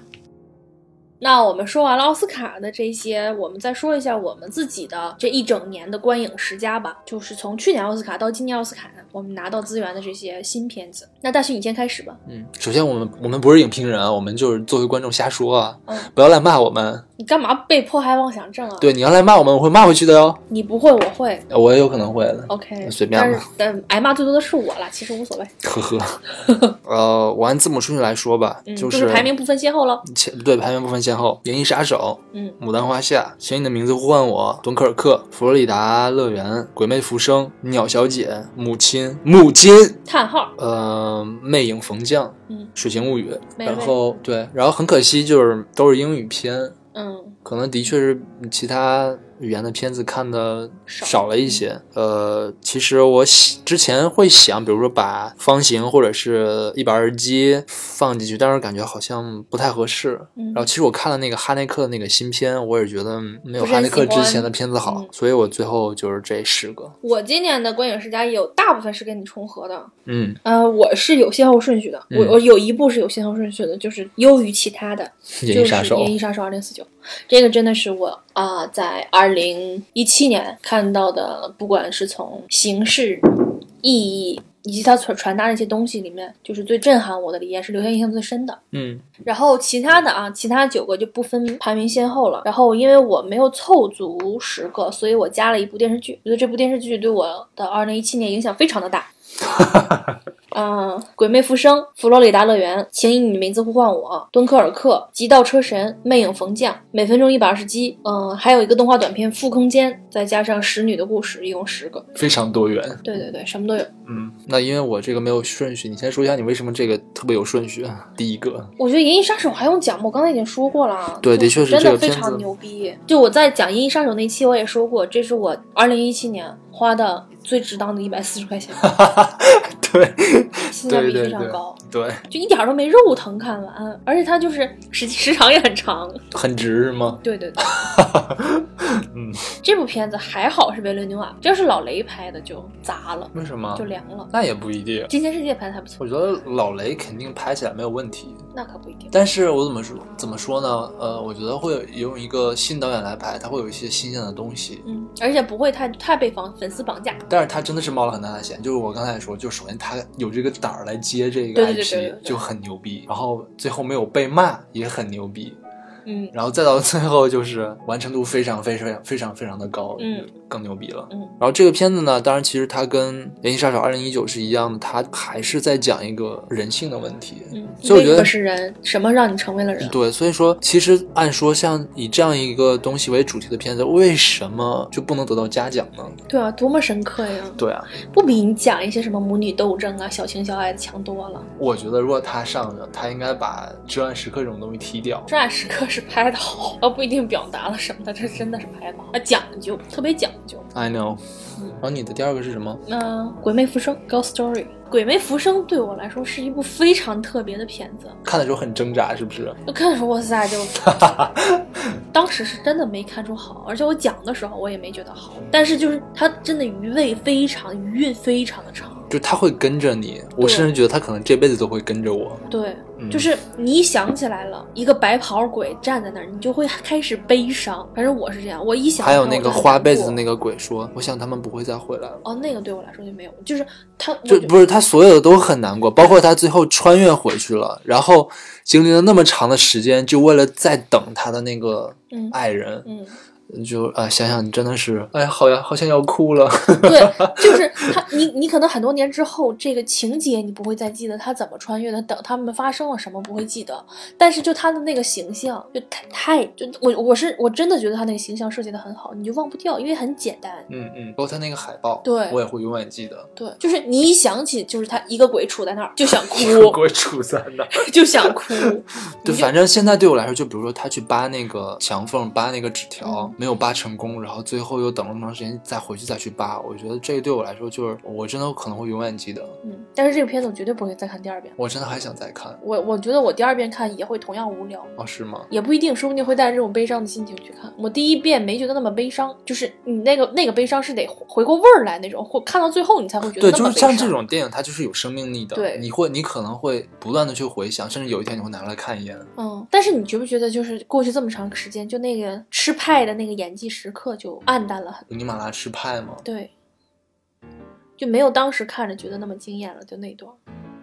那我们说完了奥斯卡的这些，我们再说一下我们自己的这一整年的观影十佳吧，就是从去年奥斯卡到今年奥斯卡，我们拿到资源的这些新片子。那大勋你先开始吧。嗯，首先我们我们不是影评人啊，我们就是作为观众瞎说啊，嗯不要来骂我们。你干嘛被迫害妄想症啊？，对，你要来骂我们，我会骂回去的哟，你不会，我会。我也有可能会的， OK，随便吧但是但挨骂最多的是我了，其实无所谓，呵呵。 呃，我按字母顺序来说吧，嗯，就就是排名不分先后了。前对排名不分先后，《银翼杀手》嗯《牡丹花下》《请你的名字呼唤我》《敦刻尔克》《佛罗里达乐园》《鬼魅浮生》《鸟小姐》《母亲》《母亲》叹号，呃，《魅影缝匠》《嗯水形物语》，魅然魅后对，然后很可惜就是都是英语片，嗯可能的确是其他语言的片子看的少少了一些。呃，其实我喜之前会想，比如说把方形或者是一百二十机放进去，但是感觉好像不太合适。嗯然后其实我看了那个哈内克那个新片，我也觉得没有不是哈很内克喜之欢前的片子好嗯，所以我最后就是这十个。我今年的观影十佳也有大部分是跟你重合的，嗯，呃，我是有先后顺序的，我嗯我有一部是有先后顺序的，就是优于其他的， 《银就翼是杀手《银》翼杀手二零四九》，这个真的是我啊、在二零一七年看到的，不管是从形式、意义以及它传传达的一些东西里面，就是最震撼我的，也是留下印象最深的。嗯然后其他的啊，其他九个就不分排名先后了。然后因为我没有凑足十个，所以我加了一部电视剧，觉得这部电视剧对我的二零一七年影响非常的大。嗯，《鬼魅浮生》《佛罗里达乐园》《请以你的名字呼唤我》《敦刻尔克》《极道车神》《魅影缝匠》，每分钟一百二十集。嗯，还有一个动画短片《负空间》，再加上《使女的故事》，一共十个。非常多元。对对对，什么都有。嗯，那因为我这个没有顺序，你先说一下你为什么这个特别有顺序啊？第一个，我觉得《银翼杀手》还用讲吗？我刚才已经说过了，啊对就的确是真这的个非片常子牛逼。就我在讲《银翼杀手》那期，我也说过，这是我二零一七年花的最值当的一百四十 块钱，对性价比对对非常对高，对，就一点儿都没肉疼。看完，而且它就是时时长也 很长。很直是吗？对对对，嗯，这部片子还好是维伦纽瓦，啊这要是老雷拍的就砸了，为什么就？凉了。那也不一定，今天世界拍的还不错我，觉得老雷肯定拍起来没有问题。那可不一定。但是我怎么说怎么说呢？呃，我觉得会有用一个新导演来拍，他会有一些新鲜的东西。嗯，而且不会太太被防粉丝绑架。但是他真的是冒了很大的险，就是我刚才也说，就首先他有这个胆儿来接这个对对对 IP 对对就很牛逼，然后最后没有被骂也很牛逼，嗯然后再到最后就是完成度非常非常非常非常的高，嗯，更牛逼了。嗯然后这个片子呢，当然其实它跟《银翼杀手2019》是一样的，它还是在讲一个人性的问题。嗯，所以我觉为得何是人？什么让你成为了人？对，所以说其实按说像以这样一个东西为主题的片子，为什么就不能得到嘉奖呢？对啊，多么深刻呀！对啊，不比你讲一些什么母女斗争啊、小情小爱的强多了。我觉得如果他上了，他应该把《至暗时刻》这种东西踢掉。至暗时刻是拍的好，倒不一定表达了什么的，这真的是拍的好，啊，讲究，特别讲究。 I know。嗯然后你的第二个是什么？那、嗯鬼魅浮生》（Ghost Story），《鬼魅浮生》对我来说是一部非常特别的片子。看的时候很挣扎，是不是？我看的时候，哇塞， 就当时是真的没看出好，而且我讲的时候我也没觉得好，但是就是它真的余味非常，余韵非常的长。就他会跟着你，我对甚至觉得他可能这辈子都会跟着我。对，嗯就是你一想起来了，一个白袍鬼站在那儿，你就会开始悲伤。反正我是这样，我一想还有那个花被子的个那个鬼说：“我想他们不会再回来了。哦，那个对我来说就没有，就是他”就不是是他所有的都很难过，包括他最后穿越回去了，然后经历了那么长的时间，就为了再等他的那个嗯爱人，嗯，就啊、想想真的是，哎，好呀，好像要哭了。 对，就是他，你你可能很多年之后，这个情节你不会再记得他怎么穿越的，等他们发生了什么不会记得，但是就他的那个形象，就太太就我我是我真的觉得他那个形象设计的很好，你就忘不掉，因为很简单。嗯嗯，包括他那个海报，对我也会永远记得。对，就是你一想起，就是他一个鬼杵在那儿就想哭，鬼处在那，就想哭。对，反正现在对我来说，就比如说他去扒那个墙缝，扒那个纸条，嗯没有扒成功，然后最后又等了那么长时间再回去再去扒，我觉得这个对我来说就是我真的可能会永远记得，嗯，但是这个片子我绝对不会再看第二遍。我真的还想再看。我我觉得我第二遍看也会同样无聊，哦，是吗？也不一定，说不定会带着这种悲伤的心情去看。我第一遍没觉得那么悲伤，就是你那个那个悲伤是得回过味儿来那种，或看到最后你才会觉得对，那就么是悲伤。像这种电影，它就是有生命力的。对你会，你可能会不断的去回想，甚至有一天你会拿出来看一眼。嗯，但是你觉不觉得就是过去这么长时间，就那个吃派的那个演技时刻就暗淡了很多，尼玛拉吃派吗？对，就没有当时看着觉得那么惊艳了，就那段儿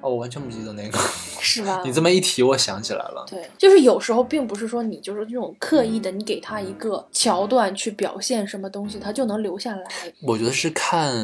哦，我完全不记得那个。？是吧 你这么一提，我想起来了。对，嗯就是有时候并不是说你就是那种刻意的，你给他一个桥段去表现什么东西，他就能留下来。我觉得是看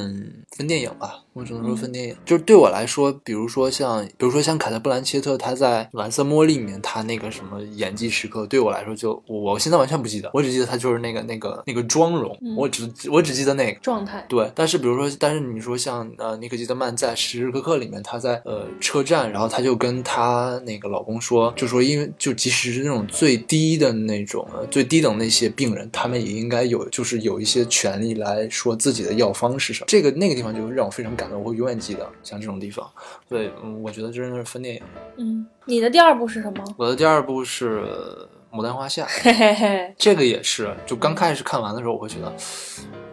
分电影吧，我只能说嗯分电影。就是对我来说，比如说像，比如说像凯特·布兰切特，她在《蓝色茉莉》里面，她那个什么演技时刻，对我来说就我我现在完全不记得，我只记得她就是那个那个那个妆容，嗯我只我只记得那个。状态，对，但是比如说，但是你说像呃，尼可基德曼在《时时刻刻》里面，他在呃车站，然后她就跟她那个老公说，就说因为就即使是那种最低的那种呃最低等那些病人，他们也应该有就是有一些权利来说自己的药方是什么。这个那个地方就让我非常感动，我会永远记得像这种地方。对，嗯，我觉得真的是分电影。嗯，你的第二部是什么？我的第二部是呃《牡丹花下》，嘿嘿嘿，这个也是，就刚开始看完的时候，我会觉得，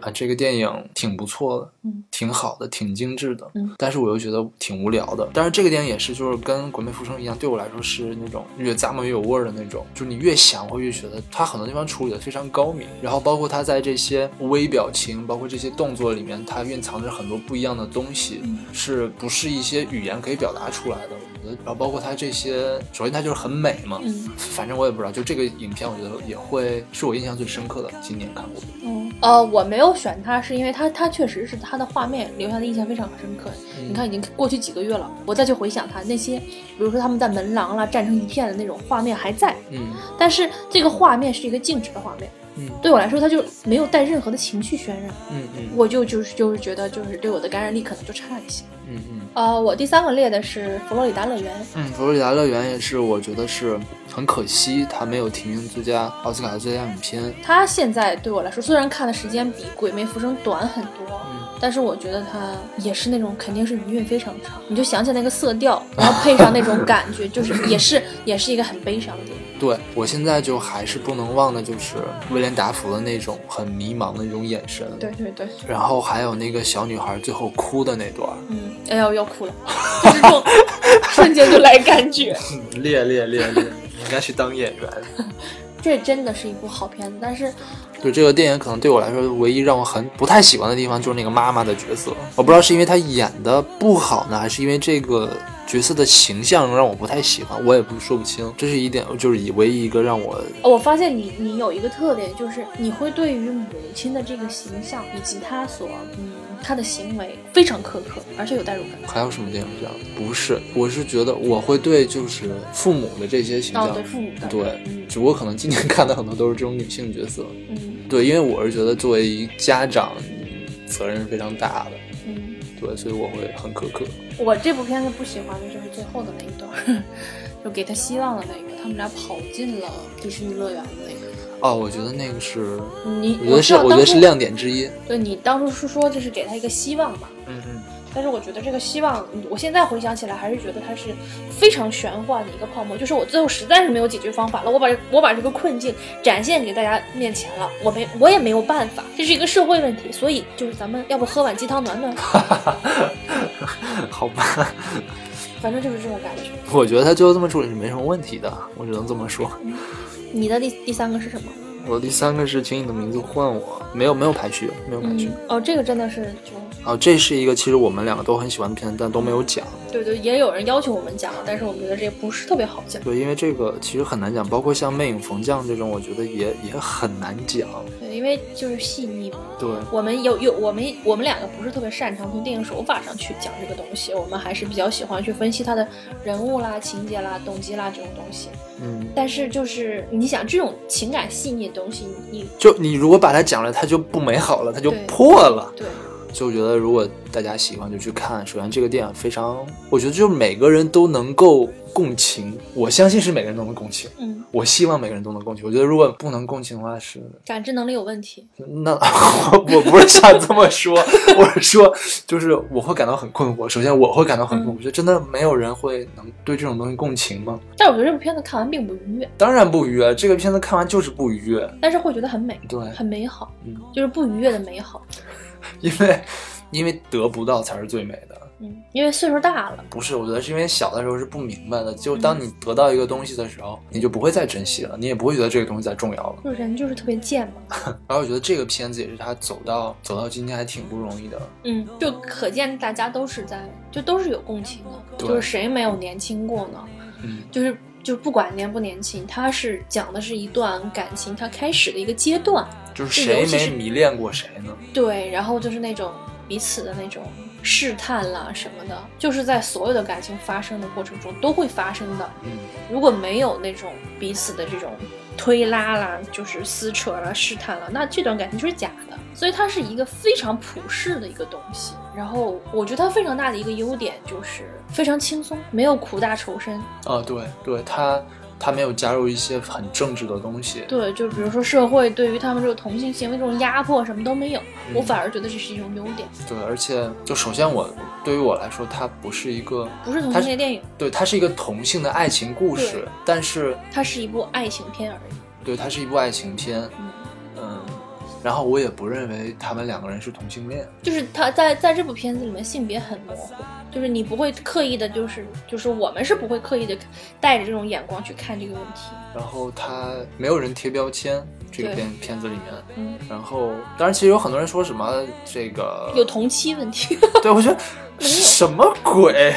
啊，这个电影挺不错的，嗯挺好的，挺精致的，嗯但是我又觉得挺无聊的。但是这个电影也是，就是跟《鬼魅浮生》一样，对我来说是那种越咂摸越有味儿的那种，就是你越想会越觉得它很多地方处理的非常高明，然后包括它在这些微表情，包括这些动作里面，它蕴藏着很多不一样的东西，嗯是不是一些语言可以表达出来的？我觉得，然后包括它这些，首先它就是很美嘛，嗯反正我也不知道，就这个影片，我觉得也会是我印象最深刻的，今年看过的。嗯，呃，我没有选它，是因为它它确实是它的画面留下的印象非常深刻。你看，已经过去几个月了，我再去回想它那些，比如说他们在门廊啦站成一片的那种画面还在，嗯，但是这个画面是一个静止的画面，嗯对我来说它就没有带任何的情绪渲染，嗯嗯我就就是就是觉得就是对我的感染力可能就差一些。嗯嗯嗯呃，我第三个列的是《佛罗里达乐园》，嗯，《佛罗里达乐园》也是，我觉得是很可惜，它没有提名最佳奥斯卡最佳影片。它现在对我来说虽然看的时间比《鬼魅浮生》短很多，嗯，但是我觉得它也是那种肯定是余韵非常长，你就想起那个色调，然后配上那种感觉， 就是也是也是一个很悲伤的电影。对我现在就还是不能忘的就是威廉达福的那种很迷茫的那种眼神，，对对对，然后还有那个小女孩最后哭的那段儿，嗯，哎呦要哭了， 就是这种瞬间就来感觉。嗯烈烈烈烈， 应该去当演员。这真的是一部好片子，但是对这个电影，可能对我来说，唯一让我很不太喜欢的地方就是那个妈妈的角色。我不知道是因为她演的不好呢，还是因为这个角色的形象让我不太喜欢，我也不说不清。这是一点，就是以唯一一个让我哦我发现你你有一个特点，就是你会对于母亲的这个形象以及她所嗯她的行为非常苛刻，而且有代入感。还有什么电影这样？不是，我是觉得我会对就是父母的这些形象，哦，对父母的，对嗯只不过可能今年 看到很多都是这种女性角色。嗯对，因为我是觉得作为一家长，嗯责任是非常大的，嗯。对，所以我会很苛刻。我这部片子不喜欢的就是最后的那一段儿， 就给他希望的那个，他们俩跑进了迪士尼乐园的那个。哦，我觉得那个是，你我觉得知是，道我觉当得是初亮点之一。对你当初是说就是给他一个希望嘛，嗯嗯。但是我觉得这个希望，嗯我现在回想起来还是觉得它是非常玄幻的一个泡沫。就是我最后实在是没有解决方法了，我把我把这个困境展现给大家面前了，我没我也没有办法，这是一个社会问题，所以就是咱们要不喝碗鸡汤暖暖，嗯好吧，反正就是这种感觉。 我觉得他最后这么处理是没什么问题的，我只能这么说。你的第第三个是什么？我第三个是，请你的名字唤我，没有没有排序，没有排序。嗯，哦，这个真的是就哦，这是一个其实我们两个都很喜欢的片，但都没有讲。对对，也有人要求我们讲，但是我觉得这不是特别好讲，对，因为这个其实很难讲，包括像《魅影逢将》这种，我觉得也也很难讲。对，因为就是细腻嘛。对，我们有有我们我们两个不是特别擅长从电影手法上去讲这个东西，我们还是比较喜欢去分析它的人物啦、情节啦、动机啦这种东西。嗯，但是就是你想这种情感细腻的东西，你就你如果把它讲了，它就不美好了，它就对破了。对所以我觉得，如果大家喜欢就去看。首先，这个电影非常，我觉得就是每个人都能够共情，我相信是每个人都能共情。嗯，我希望每个人都能共情。我觉得如果不能共情的话是，感知能力有问题。那 我我不是想这么说， 我是说就是我会感到很困惑。首先我会感到很困惑，我觉得真的没有人会能对这种东西共情吗？但我觉得这部片子看完并不愉悦，当然不愉悦，这个片子看完就是不愉悦。但是会觉得很美，对，很美好，嗯就是不愉悦的美好。因为因为得不到才是最美的。嗯，因为岁数大了，不是，我觉得是因为小的时候是不明白嗯的，就当你得到一个东西的时候，你就不会再珍惜了，你也不会觉得这个东西再重要了。就是人就是特别贱嘛。然后我觉得这个片子也是他走到走到今天还挺不容易的。嗯，就可见大家都是在，就都是有共情的，对就是谁没有年轻过呢？嗯，就是就不管年不年轻，它是讲的是一段感情它开始的一个阶段，就是谁没迷恋过谁呢？对，然后就是那种彼此的那种试探啦什么的，就是在所有的感情发生的过程中都会发生的。嗯，如果没有那种彼此的这种推拉啦，就是撕扯啦、试探啦，那这段感情就是假的。所以它是一个非常普世的一个东西，然后我觉得它非常大的一个优点就是非常轻松，没有苦大仇深。啊，对对，他他没有加入一些很政治的东西，对，就比如说社会对于他们这种同性行为这种压迫什么都没有，我反而觉得这是一种优点，对，而且就首先我对于我来说，它不是一个，不是同它性是恋电影，对，它是一个同性的爱情故事嗯对，但是它是一部爱情片而已。对，它是一部爱情片，嗯，嗯，然后我也不认为他们两个人是同性恋，就是他在在这部片子里面性别很模糊，就是你不会刻意的，就是就是我们是不会刻意的带着这种眼光去看这个问题。然后他没有人贴标签，这个对片片子里面，嗯，然后当然其实有很多人说什么这个有同期问题， 对我觉得什么鬼？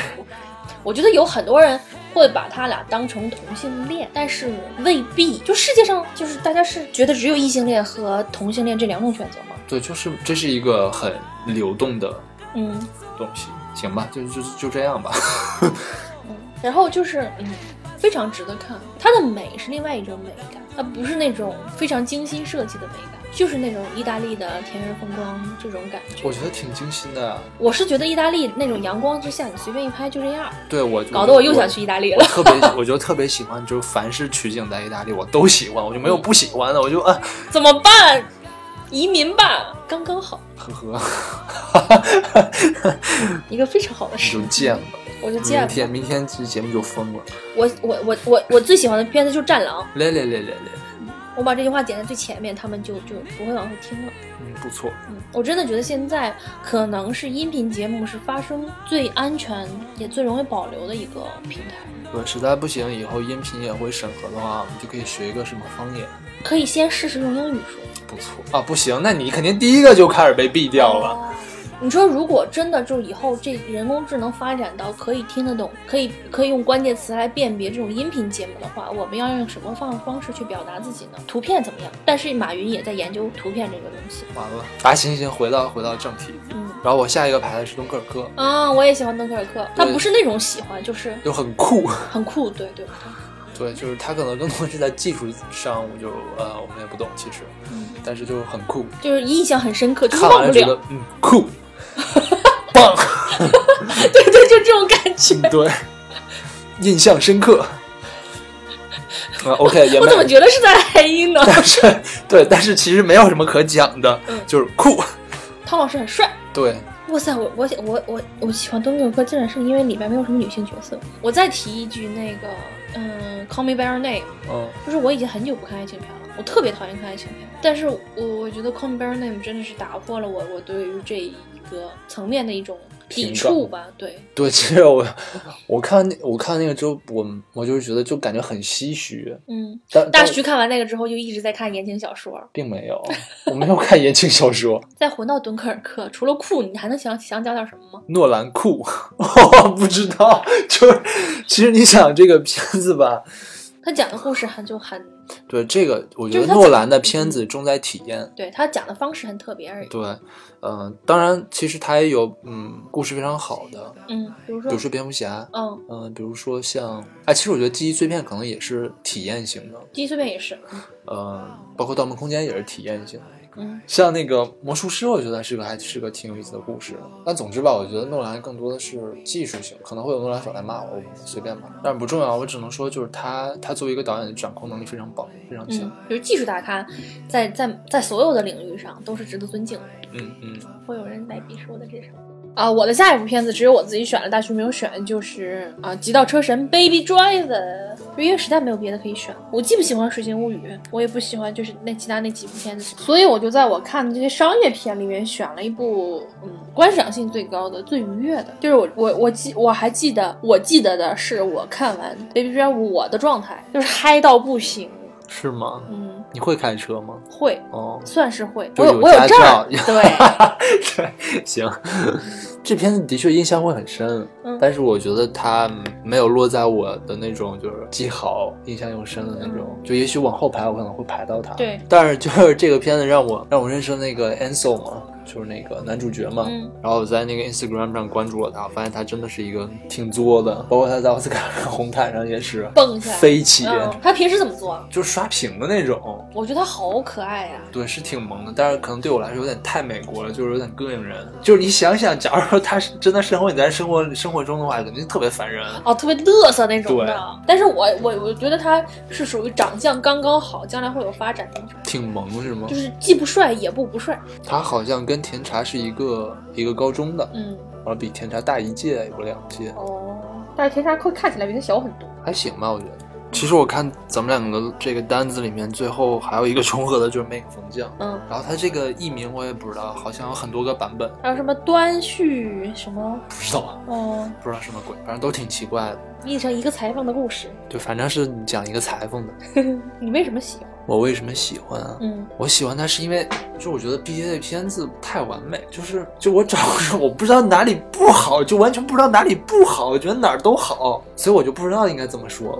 我觉得有很多人会把他俩当成同性恋，但是未必。就世界上就是大家是觉得只有异性恋和同性恋这两种选择吗？对，就是这是一个很流动的嗯东西，行吧，就就就这样吧。嗯，然后就是嗯。非常值得看，它的美是另外一种美感，它不是那种非常精心设计的美感，就是那种意大利的田园风光这种感觉。我觉得挺精心的啊呀、我是觉得意大利那种阳光之下，你随便一拍就这样，对我搞得我又想去。意大利我了。特别，我就特别喜欢，就是凡是取景在意大利，我都喜欢，我就没有不喜欢的，我就啊，怎么办？移民吧，刚刚好，呵呵， 一个非常好的你事就。贱吧。我就见明了天明天这节目就疯了，我我我我我最喜欢的片子就是《战狼》，来来来来来，我把这句话点在最前面，他们就就不会往后听了。嗯，不错，嗯，我真的觉得现在可能是音频节目是发生最安全也最容易保留的一个平台，对，实在不行以后音频也会审核的话，我们就可以学一个什么方言，可以先试试用英语说。不错啊，不行，那你肯定第一个就开始被毙掉了。哦你说，如果真的就是以后这人工智能发展到可以听得懂，可以可以用关键词来辨别这种音频节目的话，我们要用什么方方式去表达自己呢？图片怎么样？但是马云也在研究图片这个东西。完了，啊，行行，回到回到正题，嗯，然后我下一个排的是敦刻尔克，啊，我也喜欢敦刻尔克，他对不是那种喜欢，就是就很酷， 很酷，对对。对，就是他可能更多是在技术上，我就呃，我们也不懂其实，嗯但是就很酷，就是印象很深刻，就是看忘完不觉了得，嗯 酷，棒，对对，就这种感觉。 对，印象深刻。啊，OK，也我没怎么觉得是在黑音呢？但是对，但是其实没有什么可讲的，嗯就是酷， 汤老师很帅， 对，哇塞，我我我我我喜欢敦刻尔克，竟然是因为里边没有什么女性角色。我再提一句，那个，嗯，《Call Me by Your Name》，嗯，就是我已经很久不看爱情片了，我特别讨厌看爱情片，但是我我觉得《Call Me by Your Name》真的是打破了我我对于这一个层面的一种抵触吧。对，对，其实我我看那我看那个之后，我我就是觉得就感觉很唏嘘，嗯，但大但徐看完那个之后，就一直在看言情小说。并没有，我没有看言情小说，再回到敦刻尔克，除了酷，你还能想想讲点什么吗？ 诺兰酷， 我不知道，就是其实你想这个片子吧，他讲的故事很就很，对这个，我觉就是得它诺兰的片子重在体验，对他讲的方式很特别而已。对，嗯、当然其实它也有嗯故事非常好的，嗯，比如比说如，说蝙蝠侠，嗯，嗯、比如说像，哎，其实我觉得记忆碎片可能也是体验型的，记忆碎片也是，呃，包括《盗梦空间》也是体验型的。嗯，像那个魔术师，我觉得是个还是个挺有意思的故事。但总之吧，我觉得诺兰更多的是技术型，可能会有诺兰粉来骂我，我随便吧，但是不重要。我只能说，就是他他作为一个导演的掌控能力非常棒，非常强嗯。，就是技术大咖，在在在所有的领域上都是值得尊敬的。嗯嗯会有人来鄙视我的智商。啊，我的下一部片子只有我自己选了，大徐没有选，就是啊，《极道车神》Baby Driver，因为实在没有别的可以选。我既不喜欢《水形物语》，我也不喜欢就是那其他那几部片子，所以我就在我看的这些商业片里面选了一部，嗯，观赏性最高的、最愉悦的。就是我我我记我还记得，我记得的是我看完 Baby Driver 我的状态就是嗨到不行，是吗？嗯，你会开车吗？会哦，算是会，就我有我有 驾证儿，照对。对，行，这片子的确印象会很深，嗯但是我觉得它没有落在我的那种就是既好印象又深的那种，就也许往后排我可能会排到它。嗯对，但是就是 这个片子让我让我认识了那个 Ansel 嘛，就是那个男主角嘛。嗯然后我在那个 Instagram 上关注了他，我发现他真的是一个挺作的，包括他在奥斯卡 红毯上也是蹦起来飞起，嗯，他平时怎么做啊？就是刷屏的那种。我觉得他好可爱呀、对，是挺萌的，但是可能对我来说有点太美国了，就是有点膈应人。就是你想想，假如说他是真的生活你在生活生活中的话，肯定特别烦人。哦，特别嘚瑟那种对的，但是我我我觉得他是属于长相刚刚好，将来会有发展的那种，挺萌是吗就？是既不帅也不不帅，他好像跟甜茶是一个一个高中的，嗯，然后比甜茶大一届有两届，哦，但是甜茶会看起来比他小很多，还行吧，我觉得。其实我看咱们两个的这个单子里面，最后还有一个重合的就是 Make 冯酱，嗯，然后他这个艺名我也不知道，好像有很多个版本，还有什么端绪什么，不知道啊哦，不知道什么鬼，反正都挺奇怪的。印上一个裁缝的故事，就反正是讲一个裁缝的，你为什么喜欢？我为什么喜欢啊？嗯，我喜欢他是因为，就我觉得 B J 的片子太完美，就是就我找不着，我不知道哪里不好，就完全不知道哪里不好，我觉得哪儿都好，所以我就不知道应该怎么说了。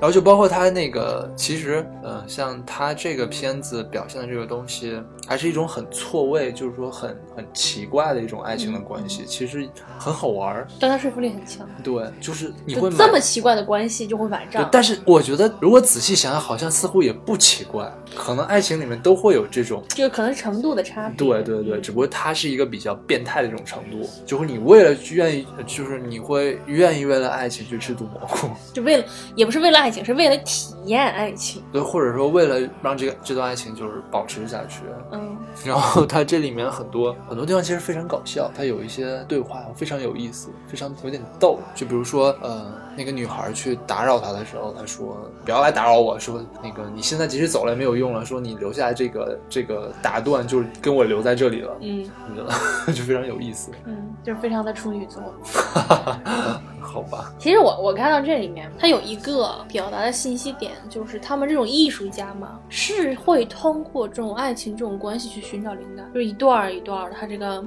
然后就包括他那个，其实，嗯、像他这个片子表现的这个东西，还是一种很错位，就是说很很奇怪的一种爱情的关嗯系，其实很好玩儿。但他说服力很强，对，就是你就会这买么奇怪的关系就会晚对账，但是我觉得，如果仔细想想，好像似乎也不奇怪，可能爱情里面都会有这种就是可能程度的差别，对对对，只不过它是一个比较变态的这种程度，就是你为了愿意，就是你会愿意为了爱情去吃毒蘑菇，就为了也不是为了爱情，是为了体验爱情，对，或者说为了让这个这段爱情就是保持下去。嗯，然后它这里面很多很多地方其实非常搞笑，它有一些对话非常有意思，非常有点逗。就比如说，呃，那个女孩去打扰他的时候，他说不要来打扰我，说那个你现在即使走了也没有用了，说你留下这个这个打断就是跟我留在这里了，嗯你知道吗， 就非常有意思。嗯，就是非常的处女座。 好吧， 其实我我看到这里面，它有一个表达的信息点，就是他们这种艺术家嘛，是会通过这种爱情这种关系去寻找灵感，就是一段儿一段儿的，他这个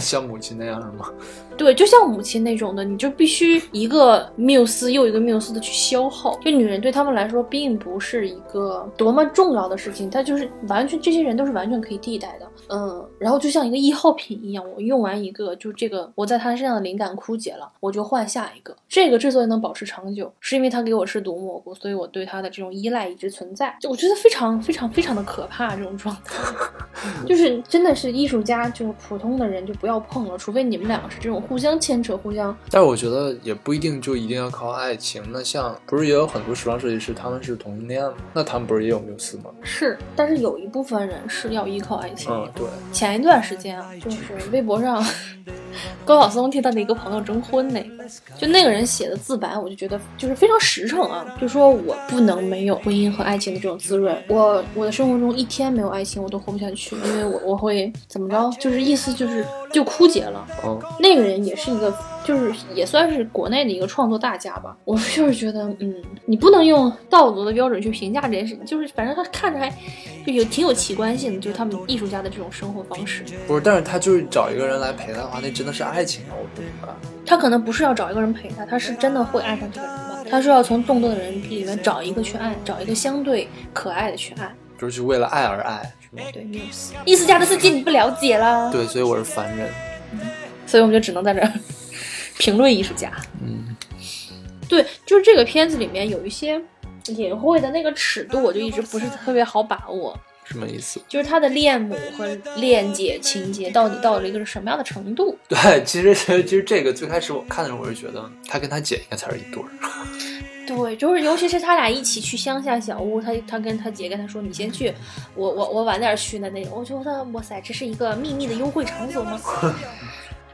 像母亲那样是吗？对，就像母亲那种的，你就必须一个缪斯又一个缪斯的去消耗。就女人对他们来说，并不是一个多么重要的事情，她就是完全这些人都是完全可以替代的。嗯，然后就像一个易耗品一样，我用完一个，就这个我在他身上的灵感枯竭了，我就换下一个。这个之所以能保持长久，是因为他给我吃毒蘑菇，所以我对他的这种依赖一直存在。就我觉得非常非常非常的可怕这种状态。就是真的是艺术家，就是普通的人就不要碰了，除非你们两个是这种互相牵扯、互相但是我觉得也不一定就一定要靠爱情。那像不是也有很多时装设计师他们是同性恋吗？那他们不是也有缪斯吗？是，但是有一部分人是要依靠爱情。嗯，对，前一段时间啊，就是微博上 高晓松替他的一个朋友征婚那个，就那个人写的自白，我就觉得就是非常实诚啊，就说我不能没有婚姻和爱情的这种滋润，我我的生活中一天没有爱情我都活不下去，因为我我会怎么着，就是意思就是就枯竭了。嗯，那个人也是一个，就是也算是国内的一个创作大家吧。我就是觉得，嗯，你不能用道德的标准去评价这件事情，就是反正他看着还就有挺有奇观性的，就是他们艺术家的这种生活方式。不是，但是他就是找一个人来陪他的话，那真的是爱情啊！我不明白。他可能不是要找一个人陪他，他是真的会爱上这个人吧？他是要从众多的人里面找一个去爱，找一个相对可爱的去爱。就是去为了爱而爱，是吗？对，缪斯，伊斯加的世界你不了解啦，对，所以我是凡人。所以我们就只能在这儿 评论艺术家。嗯，对，就是这个片子里面有一些隐晦的那个尺度，我就一直不是特别好把握。什么意思？ 就是他的恋母和恋姐情节到底到了一个什么样的程度？对，其实其实其实这个最开始我看的时候，我是觉得他跟他姐应该才是一对儿。 对，就是尤其是他俩一起去乡下小屋，他他跟他姐跟他说：“你先去，我我我晚点去的那种。”我觉得哇塞，这是一个秘密的幽会场所吗？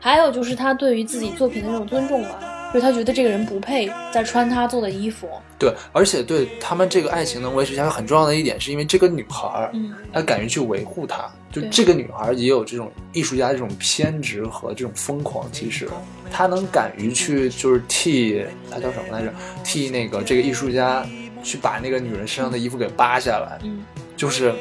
还有就是他对于自己作品的那种尊重吧，就是他觉得这个人不配再穿他做的衣服。对，而且对他们这个爱情能维持下去，很重要的一点是因为这个女孩儿，嗯，她敢于去维护他。就对这个女孩也有这种艺术家这种偏执和这种疯狂，嗯其实她能敢于去就是替她叫什么来着？替那个这个艺术家去把那个女人身上的衣服给扒下来。嗯，就是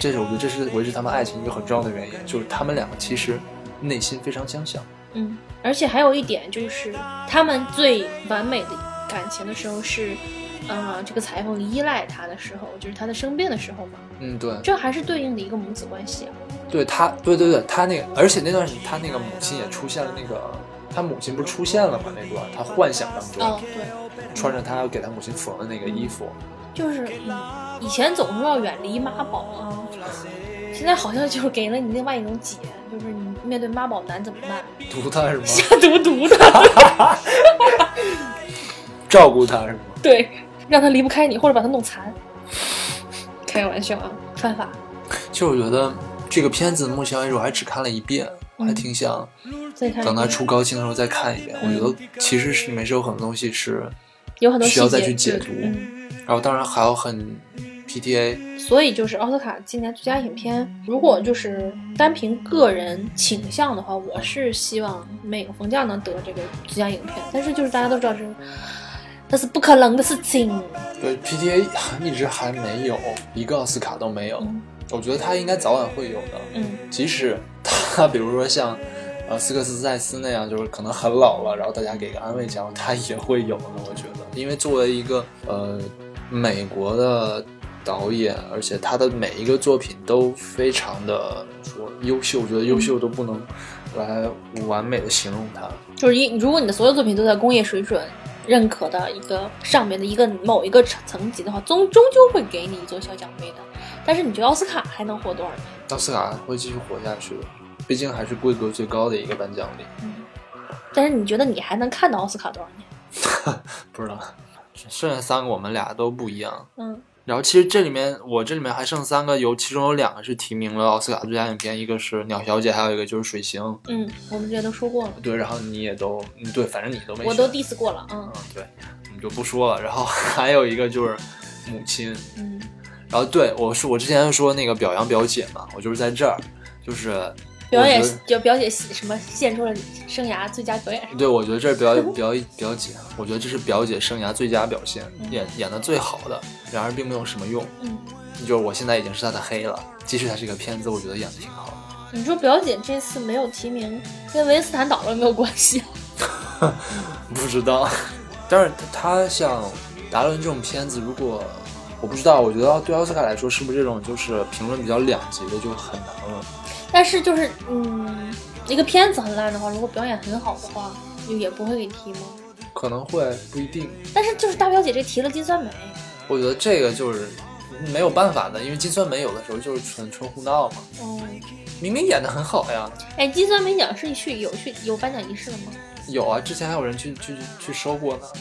这是我觉得这是维持他们爱情一个很重要的原因，就是他们两个其实内心非常相像。嗯，而且还有一点就是，他们最完美的感情的时候是，呃，这个裁缝依赖他的时候，就是他在生病的时候嘛，嗯，对，这还是对应的一个母子关系啊。对他，对对对，他那个，而且那段时间他那个母亲也出现了那个，他母亲不是出现了吗？那段他幻想当中、哦，对，穿着他要给他母亲缝的那个衣服，就是、嗯、以前总是要远离妈宝啊，现在好像就是给了你另外一种解，就是你面对妈宝男怎么办？ 毒他是吗？下毒毒他，照顾他是吗？对，让他离不开你，或者把他弄残。开个玩笑啊，犯法。其实我觉得这个片子目前为止我还只看了一遍，我还挺想再看一等它遍出高清的时候再看一遍。我觉得其实是里面是有很多东西是，有很多需要细节再去解读对嗯然后当然还有很 PTA，所以就是奥斯卡今年最佳影片，如果就是单凭个人倾向的话，我是希望每个冯将能得这个最佳影片。但是就是大家都知道这是，那是不可能的事情。对 PTA 一直还没有一个奥斯卡都没有嗯，我觉得它应该早晚会有的。嗯即使他比如说像呃斯科斯塞斯那样，就是可能很老了，然后大家给个安慰奖，他也会有的。我觉得，因为作为一个呃美国的导演，而且他的每一个作品都非常的说优秀，我觉得优秀都不能来完美的形容他。就是一，如果你的所有作品都在工业水准认可的一个上面的一个某一个层层级的话，终终究会给你一座小奖杯的。但是你觉得奥斯卡还能获多少枚？奥斯卡会继续活下去的，毕竟还是规格最高的一个颁奖礼。嗯但是你觉得你还能看到奥斯卡多少年？不知道，剩下三个我们俩都不一样。嗯然后其实这里面我这里面还剩三个，有其中有两个是提名了奥斯卡最佳影片，一个是《鸟小姐》，还有一个就是《水形》。嗯，我们之前都说过了，对，然后你也都嗯对，反正你都没选我都 diss 过了。嗯嗯对，我们就不说了。然后 还有一个就是母亲，嗯。然后对我是我之前说那个表扬表姐嘛，我就是在这儿，就是表演我觉得就表姐什么献出了生涯最佳表演是吧？对，我觉得这 是表演表演表姐，我觉得这是表姐生涯最佳表现，嗯演演的最好的。然而并没有什么用，嗯，就是我现在已经是她的黑了，即使她这个片子，我觉得演的挺好的。你说表姐这次没有提名，跟维斯坦倒了没有关系？啊不知道， 但是他像达伦这种片子，如果我不知道，我觉得对奥斯卡来说，是不是这种就是评论比较两极的就很难了？ 但是就是嗯，一个片子很烂的话，如果表演很好的话，就也不会给提吗？可能会不一定。但是就是大表姐这提了金酸梅，我觉得这个就是没有办法的，因为金酸梅有的时候就是纯纯胡闹嘛，嗯，明明演的很好呀。哎，金酸梅奖是去有去有颁奖仪式的吗？有啊，之前还有人去去去收过呢。哦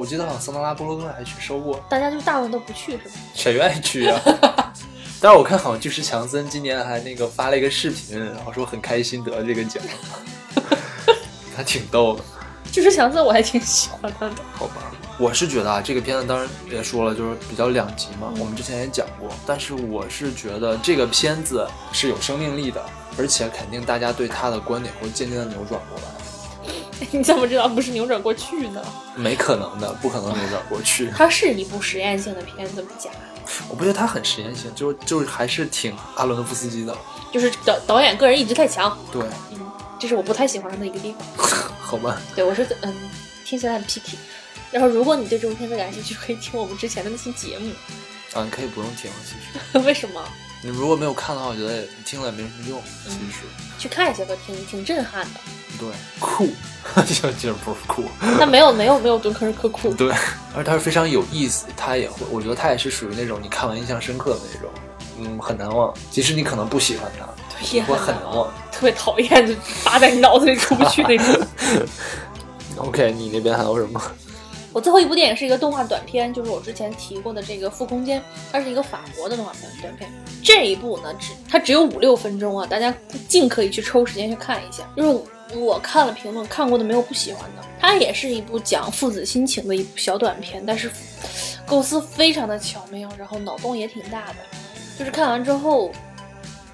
我记得好像桑德拉波罗顿还去收过，大家就大部分都不去是吧？ 谁愿意去呀、啊？ 但是我看好像巨石强森今年还那个发了一个视频，然后说很开心得了这个 奖，还挺逗的，就是强森我还挺喜欢他的， 好吧？我是觉得啊，这个片子当然也说了，就是比较两极嘛，嗯我们之前也讲过。但是我是觉得这个片子是有生命力的，而且肯定大家对他的观点会渐渐的扭转过来，你怎么知道不是扭转过去呢？没可能的，不可能扭转过去。它是一部实验性的片子，不假。 我不觉得他很实验性，就就是还是挺阿伦夫斯基的，就是导导演个人意志太强，对，嗯，这是我不太喜欢他的一个地方。 好吧？对我是嗯，听起来很 picky。然后，如果你对这部片子感兴趣，可以听我们之前的那期节目。 啊，你可以不用听，其实。为什么？你如果没有看的话，我觉得也听了也没什么用。嗯其实，去看一下吧，挺挺震撼的。对，酷， 就就是不是酷，但没有没有没有敦刻尔克酷。 对，而它是非常有意思，它也会，我觉得它也是属于那种你看完印象深刻的那种，嗯，很难忘。即使你可能不喜欢它，对也呀，会很难忘。特别讨厌，就扒在你脑子里出不去那种。 OK，你那边还有什么？我最后一部电影是一个动画短片，就是我之前提过的这个《负空间》，它是一个法国的动画片短片。这一部呢，只它只有五六分钟啊，大家尽可以去抽时间去看一下。就是我看了评论，看过的没有不喜欢的。它也是一部讲父子心情的一部小短片，但是构思非常的巧妙，然后脑洞也挺大的。就是看完之后，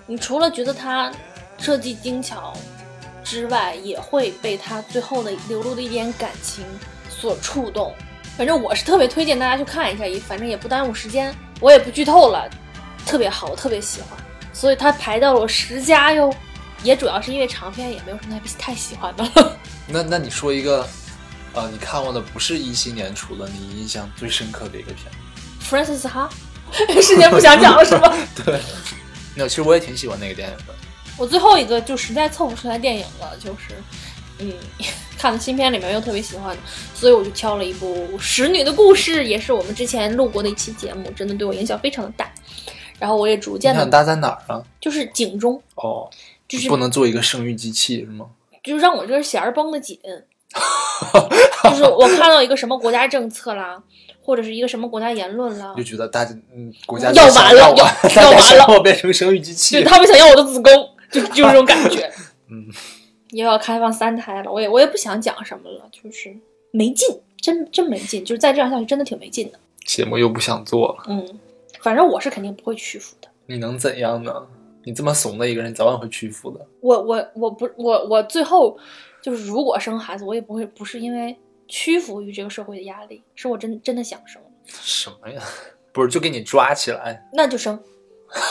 你除了觉得它设计精巧之外，也会被它最后的流露的一点感情所触动。反正我是特别推荐大家去看一下，也反正也不耽误时间，我也不剧透了，特别好，我特别喜欢，所以它排到了我十佳哟。也主要是因为长片也没有什么太喜欢的了。 那那你说一个，呃，你看过的不是一七年出的，你印象最深刻的一个片？ Francis 哈， 瞬间不想讲了是吗？ 对，那其实我也挺喜欢那个电影的。我最后一个就实在凑不出来电影了，就是，嗯，看的新片里面又特别喜欢的，所以我就挑了一部《使女的故事》，也是我们之前录过的一期节目，真的对我影响非常的大。然后我也逐你渐想的，搭在哪儿啊？就是警钟，哦，就是不能做一个生育机器是吗？就是让我这根弦儿绷得紧。就是我看到一个什么国家政策啦，或者是一个什么国家言论啦你就，觉得大家嗯国家要就想完了让我要 大家要完想了让我变成生育机就器。是他们想要我的子宫，就 就是这种感觉。嗯，又要开放三胎了，我也我也不想讲什么了，就是没劲，真真没劲，就是再这样下去真的挺没劲的。节目又不想做了，嗯，反正我是肯定不会屈服的。你能怎样呢？你这么怂的一个人，早晚会屈服的。我我我不我我最后就是如果生孩子，我也不会不是因为屈服于这个社会的压力，是我真真的想生，什么呀？ 不是，就给你抓起 来。那就生，嗯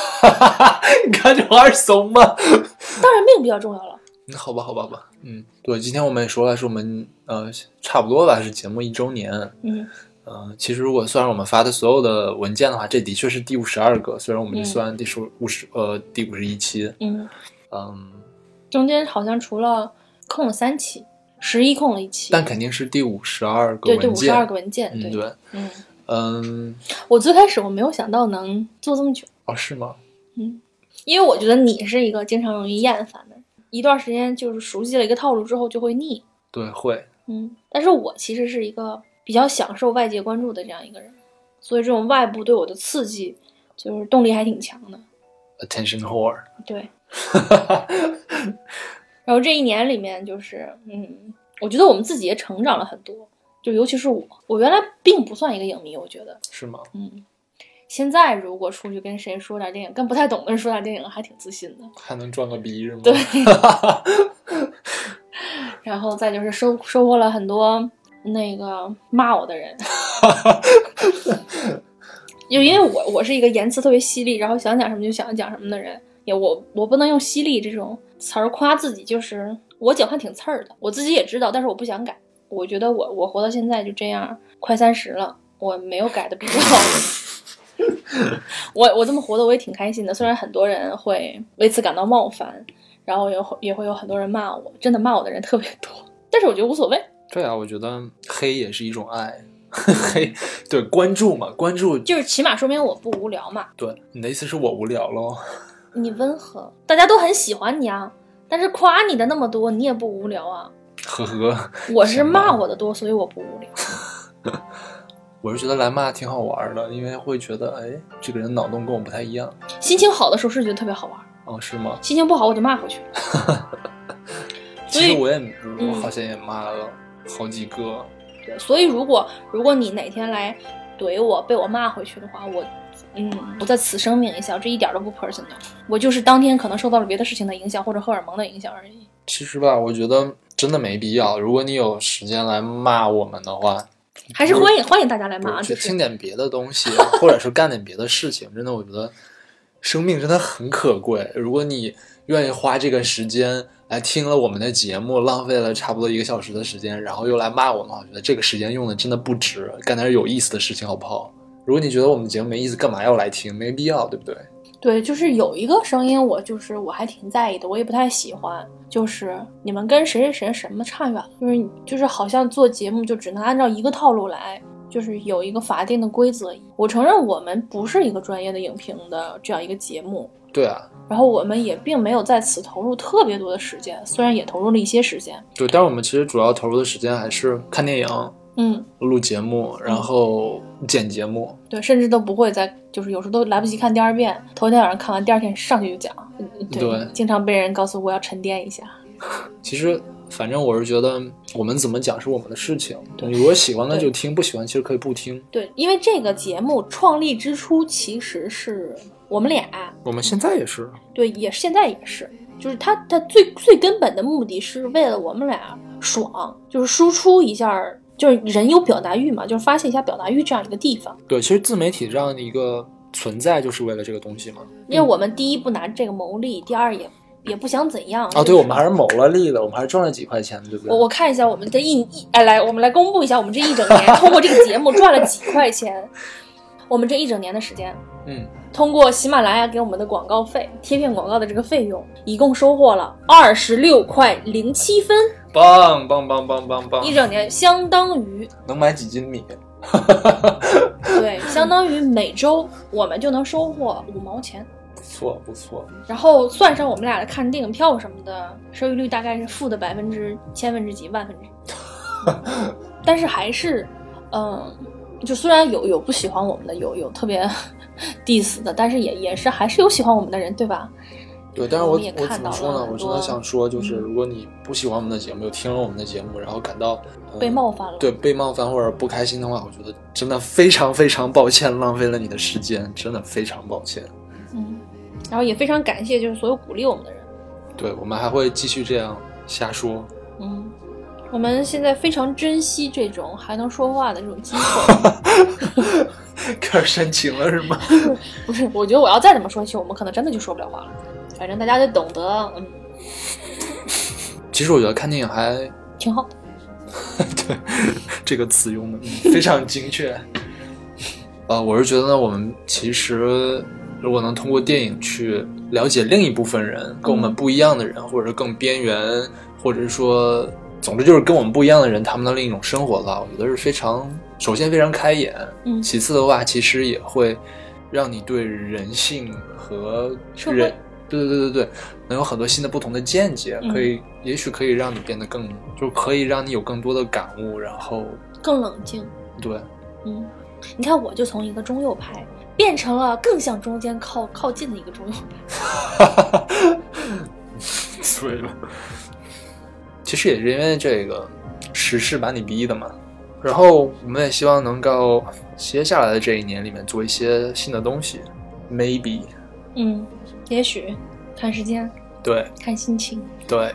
你看这玩意儿怂吗？当然命比较重要了。嗯，好吧，好吧，好吧。嗯，对，今天我们也说了，是我们呃差不多吧，是节目一周年。嗯呃，其实如果算上我们发的所有的文件的话，这的确是第五十二个，虽然我们就算第十五十呃第五十一期，嗯，嗯，中间好像除了空了三期，十一空了一期，但肯定是第五十二个对对文五十二件，个文件，嗯，对，对，嗯，嗯，我最开始我没有想到能做这么久。哦，是吗？因为我觉得你是一个经常容易厌烦的人，一段时间就是熟悉了一个套路之后就会腻，对，会，嗯。但是我其实是一个比较享受外界关注的这样一个人，所以这种外部对我的刺激，就是动力还挺强的， attention whore，对。然后这一年里面，就是嗯，我觉得我们自己也成长了很多，就尤其是我，我原来并不算一个影迷，我觉得，是吗？嗯。现在如果出去跟谁说点电影，跟不太懂的人说点电影，还挺自信的。还能赚个逼是吗？ 对，然后再就是收收获了很多那个骂我的人，就因为我我是一个言辞特别犀利，然后想讲什么就想讲什么的人，也我我不能用犀利这种词儿夸自己，就是我讲话挺刺儿的，我自己也知道，但是我不想改，我觉得我我活到现在就这样，快三十了，我没有改的必要。 我我这么活的我也挺开心的，虽然很多人会为此感到冒犯，然后也会也会有很多人骂我，真的骂我的人特别多，但是我觉得无所谓，对啊，我觉得黑也是一种爱， 黑，对，关注嘛，关注，就是起码说明我不无聊嘛，对，你的意思是我无聊喽？你温和，大家都很喜欢你啊，但是夸你的那么多，你也不无聊啊， 呵呵，我是骂我的多，所以我不无聊，我是觉得来骂挺好玩的，因为会觉得，哎，这个人脑洞跟我不太一样。心情好的时候是觉得特别好玩，哦，是吗？心情不好我就骂回去，其所实以嗯我也，我好像也骂了好几个。对，所以如果如果你哪天来怼我，被我骂回去的话，我。嗯，我在此声明一下，我这一点都不 personal，我就是当天可能受到了别的事情的影响或者荷尔蒙的影响而已。其实吧，我觉得真的没必要。如果你有时间来骂我们的话，还是欢迎欢迎大家来不骂，啊是就去听是点别的东西，啊或者是干点别的事情。真的，我觉得生命真的很可贵。如果你愿意花这个时间来听了我们的节目，浪费了差不多一个小时的时间，然后又来骂我的话，我觉得这个时间用的真的不值。干点有意思的事情好不好？如果你觉得我们节目没意思，干嘛要来听？没必要，对不对？对，就是有一个声音，我就是我还挺在意的，我也不太喜欢，就是你们跟谁谁谁什么差远了，就是你就是好像做节目就只能按照一个套路来，就是有一个法定的规则。我承认我们不是一个专业的影评的这样一个节目，对啊，然后我们也并没有在此投入特别多的时间，虽然也投入了一些时间，对。但是我们其实主要投入的时间还是看电影。嗯，录节目，然后剪节目，对，甚至都不会再就是有时候都来不及看第二遍，头一天晚上看完，第二天上去就讲，嗯对经常被人告诉我要沉淀一下。其实，反正我是觉得，我们怎么讲是我们的事情。对你如果喜欢那对就听，不喜欢其实可以不听。对，因为这个节目创立之初，其实是我们俩，我们现在也是，对，也现在也是，就是它它最最根本的目的是为了我们俩爽，就是输出一下儿，就是人有表达欲嘛，就是发泄一下表达欲这样一个地方。对，其实自媒体这样的一个存在就是为了这个东西嘛。因为我们第一不拿这个牟利，第二也也不想怎样啊，就对，我们还是谋了利的，我们还是挣了几块钱，对不对？我我看一下我们这一一哎，来，我们来公布一下我们这一整 年通过这个节目赚了几块钱。我们这一整年的时间，嗯，通过喜马拉雅给我们的广告费、贴片广告的这个费用，一共收获了二十六块零七分，棒棒棒棒棒棒一整年相当于能买几斤米？对，相当于每周我们就能收获五毛钱。不错不错，然后算上我们俩的看电影票什么的，收益率大概是负的百分之千分之几万分之几，但是还是，嗯，就虽然有有不喜欢我们的，有有特别 diss 的，但是也也是还是有喜欢我们的人，对吧？对，但是我我们也我看怎么到说了呢？很我真的多想说，就是嗯如果你不喜欢我们的节目，又听了我们的节目，然后感到、呃被冒犯了，对被冒犯或者不开心的话，我觉得真的非常非常抱歉，浪费了你的时间，真的非常抱歉。嗯，然后也非常感谢就是所有鼓励我们的人，对我们还会继续这样瞎说。嗯，我们现在非常珍惜这种还能说话的这种机 会，开始煽情了是吗？ 不是，我觉得我要再怎么说下去，我们可能真的就说不了话了，反正大家就懂得，嗯，其实我觉得看电影还挺好的。对，这个词用的非常精确。呃，我是觉得呢，我们其实如果能通过电影去了解另一部分人，跟我们不一样的人，或者是更边缘，或者是说，总之就是跟我们不一样的人，他们的另一种生活的话，我觉得是非常，首先非常开眼，嗯其次的话，其实也会让你对人性和社会人，对对对对对，能有很多新的不同的见解，嗯可以，也许可以让你变得更，就可以让你有更多的感悟，然后更冷静。对，嗯，你看，我就从一个中右派变成了更向中间靠靠近的一个中右派。醉了。其实也是因为这个时事把你逼的嘛。然后我们也希望能够接下来的这一年里面做一些新的东西，maybe，嗯，也许看时间，对看心情。对，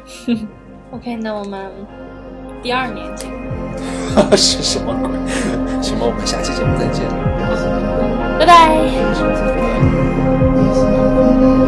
OK，那我们第二年见。是什么鬼？行吧，我们下期节目再见。拜拜。 It's not